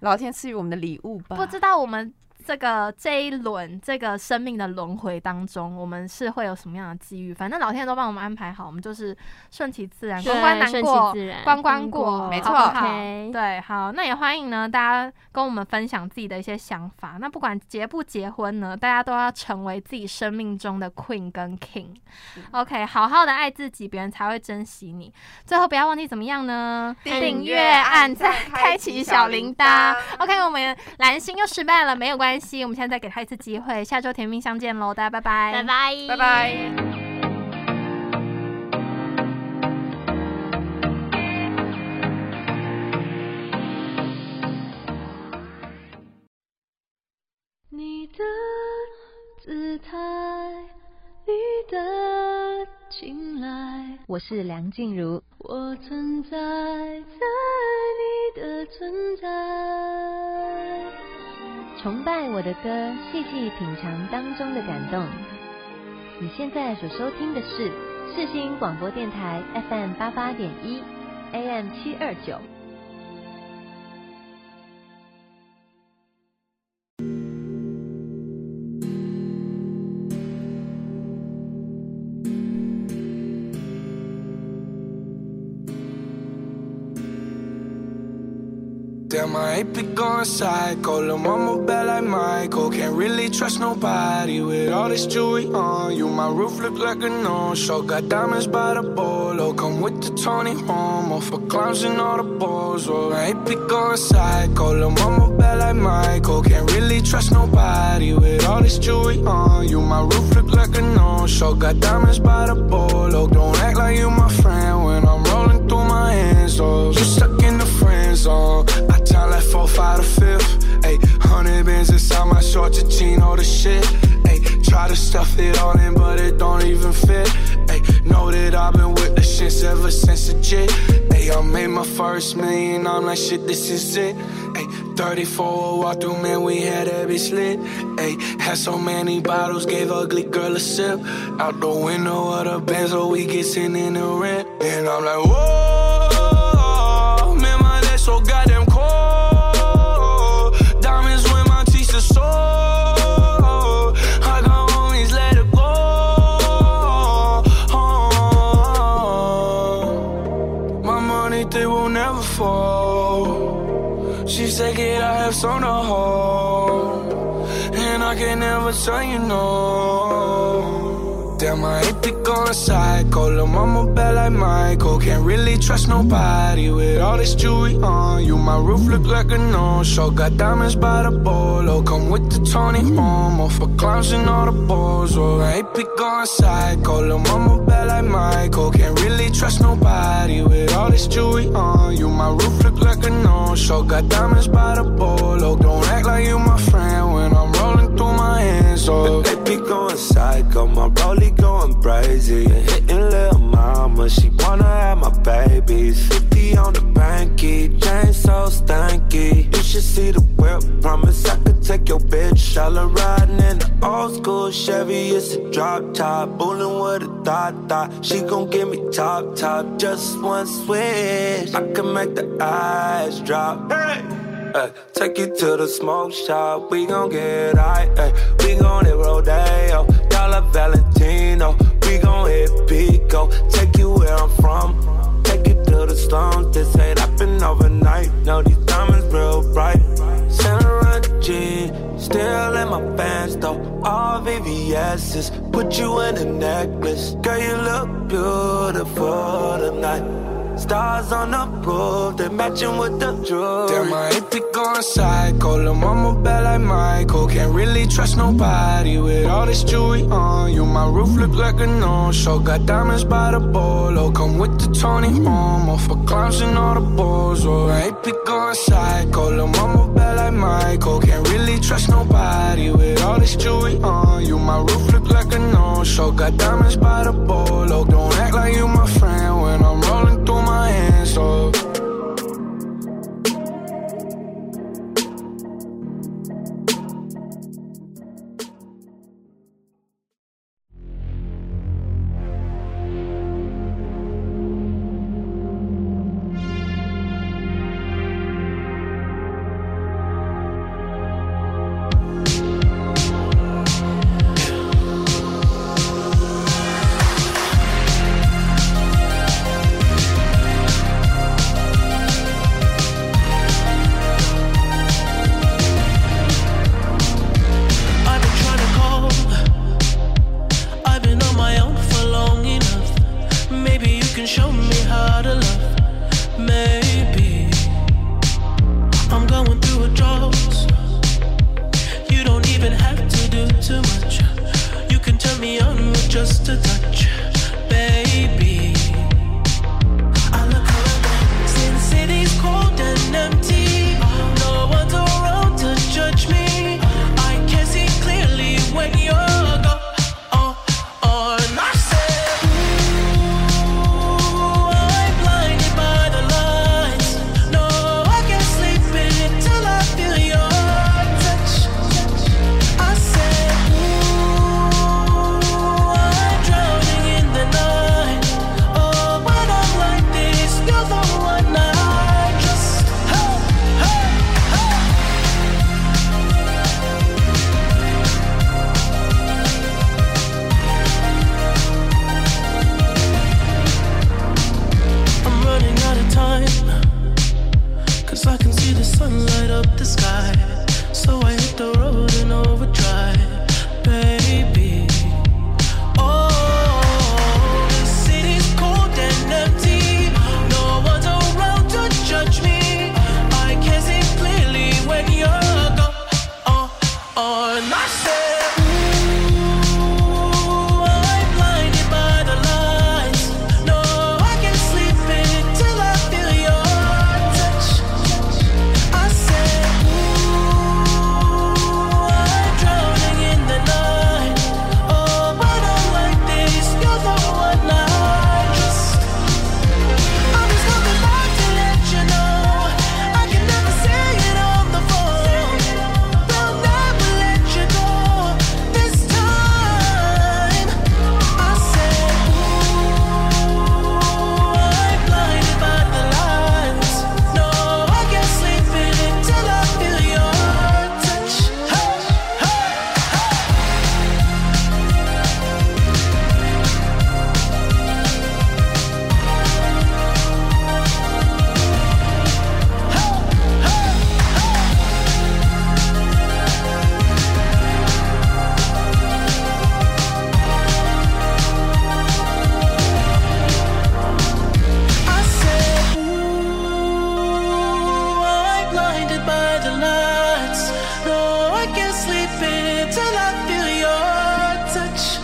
老天赐予我们的礼物吧？不知道我们这个这一轮这个生命的轮回当中，我们是会有什么样的机遇。反正老天都帮我们安排好，我们就是顺其自然，关关难顺过其。自然，关关过，没好不错好 OK 嗯对，好，那也欢迎呢，大家跟我们分享自己的一些想法。那不管结不结婚呢，大家都要成为自己生命中的 queen 跟 king。OK，好好的爱自己，别人才会珍惜你。最后不要忘记怎么样呢？订阅、按赞、 开启小铃铛。OK，我们蓝心又失败了，没有关系，我们现在再给他一次机会，下周甜蜜相见喽，大家拜拜，拜拜，拜拜。你的姿态，你的青睐，我是梁静茹。我存在在你的存在。崇拜我的歌，细细品尝当中的感动。你现在所收听的是世新广播电台 FM 八八点一，AM 七二九。 Damn, I hate be going psycho. Lil' mama bad like Michael. Can't really trust nobody with all this jewelry on. You, my roof look like a no-show. Got diamonds by the bolo. Come with the Tony Homo for clowns and all the balls. Oh, I hate be going psycho. Lil' mama bad like Michael. Can't really trust nobody with all this jewelry on. You, my roof look like a no-show. Got diamonds by the bolo. Don't act like you my friend when I'm rolling through my hands. Oh, you stuck in the friend zone. I tell like four, five, or fifth. Ayy, hundred bins inside my short to chino the shit. Ayy, try to stuff it all in, but it don't even fit. Ayy, know that I've been with the shits ever since the jit. Ayy, I made my first million, I'm like, shit, this is it. Ayy, 34 walk through, man, we had that bitch lit. Ayy, had so many bottles, gave ugly girl a sip. Out the window of the Benz, oh, we get sent in the rent. And I'm like, whoa, man, my neck so goddamn cold. Diamonds when my teeth are sore. I got homies, let it go. Uh-huh. My money, they will never fall. She said, Kid, I have some to hold. And I can never tell you no. Damn, I hate to go psycho. Lil' mama bad like Michael. Can't really trust nobody with all this jewelry on. You, my roof look like a no-show. Got diamonds by the bolo. Come with the Tony Homo for clowns and all the balls. Oh, I hate to go psycho. Lil' mama bad like Michael. Can't really trust nobody with all this jewelry on. You, my roof look like a no-show. Got diamonds by the bolo. Don't act like you my friend when I'm rolling through my hands. Oh, They be going psycho, my rollie going crazy. And hitting little mama, she wanna have my babies. 50 on the banky, chain so stanky. You should see the whip, promise I could take your bitch. All her riding in the old school Chevy, it's a drop top. Bullin' with a thought thought, she gon' give me top top. Just one switch, I can make the eyes drop. Hey! Ay, take you to the smoke shop, we gon' get high. Ay, we gon' hit Rodeo, Dollar Valentino. We gon' hit Pico, take you where I'm from. Take you to the slums, this ain't happen overnight. No, these diamonds real bright. Santa G, still in my pants though. All VVS's, put you in a necklace. Girl, you look beautiful tonight. Stars on the roof, they matching with the jewelry. Damn, I hate to go psycho. Lil' mama bad like Michael. Can't really trust nobody with all this jewelry on. You, my roof look like a no-show. Got diamonds by the bolo. Come with the Tony Homo for clowns and all the balls. Oh, I hate to go psycho. Lil' mama bad like Michael. Can't really trust nobody with all this jewelry on. You, my roof look like a no-show. Got diamonds by the bolo. Don't act like you my friend when I'm rolling through my hands. Oh. show me how to love. Maybe I'm going through a drought. You don't even have to do too much. You can turn me on with just a touch, baby. I look around, since city's cold and empty. No one's around to judge me. I can see clearly when you're gone. Oh, I said, Ooh, I'm blinded by the lights. No, I can't sleep in it till I feel your touch. I said, Ooh, I'm drowning in the night. Oh, when I'm like this, you're the one I trust. Hey, hey, hey. I'm running out of time. Cause I can see the sun light up the sky. So I hit the road and overdrive, baby. Oh, the city's cold and empty. No one's around to judge me. I can see clearly when you're gone. And I said, Ooh, I'm blinded by the lights. No, I can't sleep in it till I feel your touch. I said, Ooh, I'm drowning in the night. Oh, when I'm like this, you're the one I trust. I'm just looking back to let you know I can never say it on the phone. They'll never let you go this time. I said, Ooh, I'm blinded by the lights. No, I can't sleep in it till I feel your touch. Hey, hey, hey. I said, Ooh, I'm blinded by the lights. No, I can't sleep in it till I feel your touch.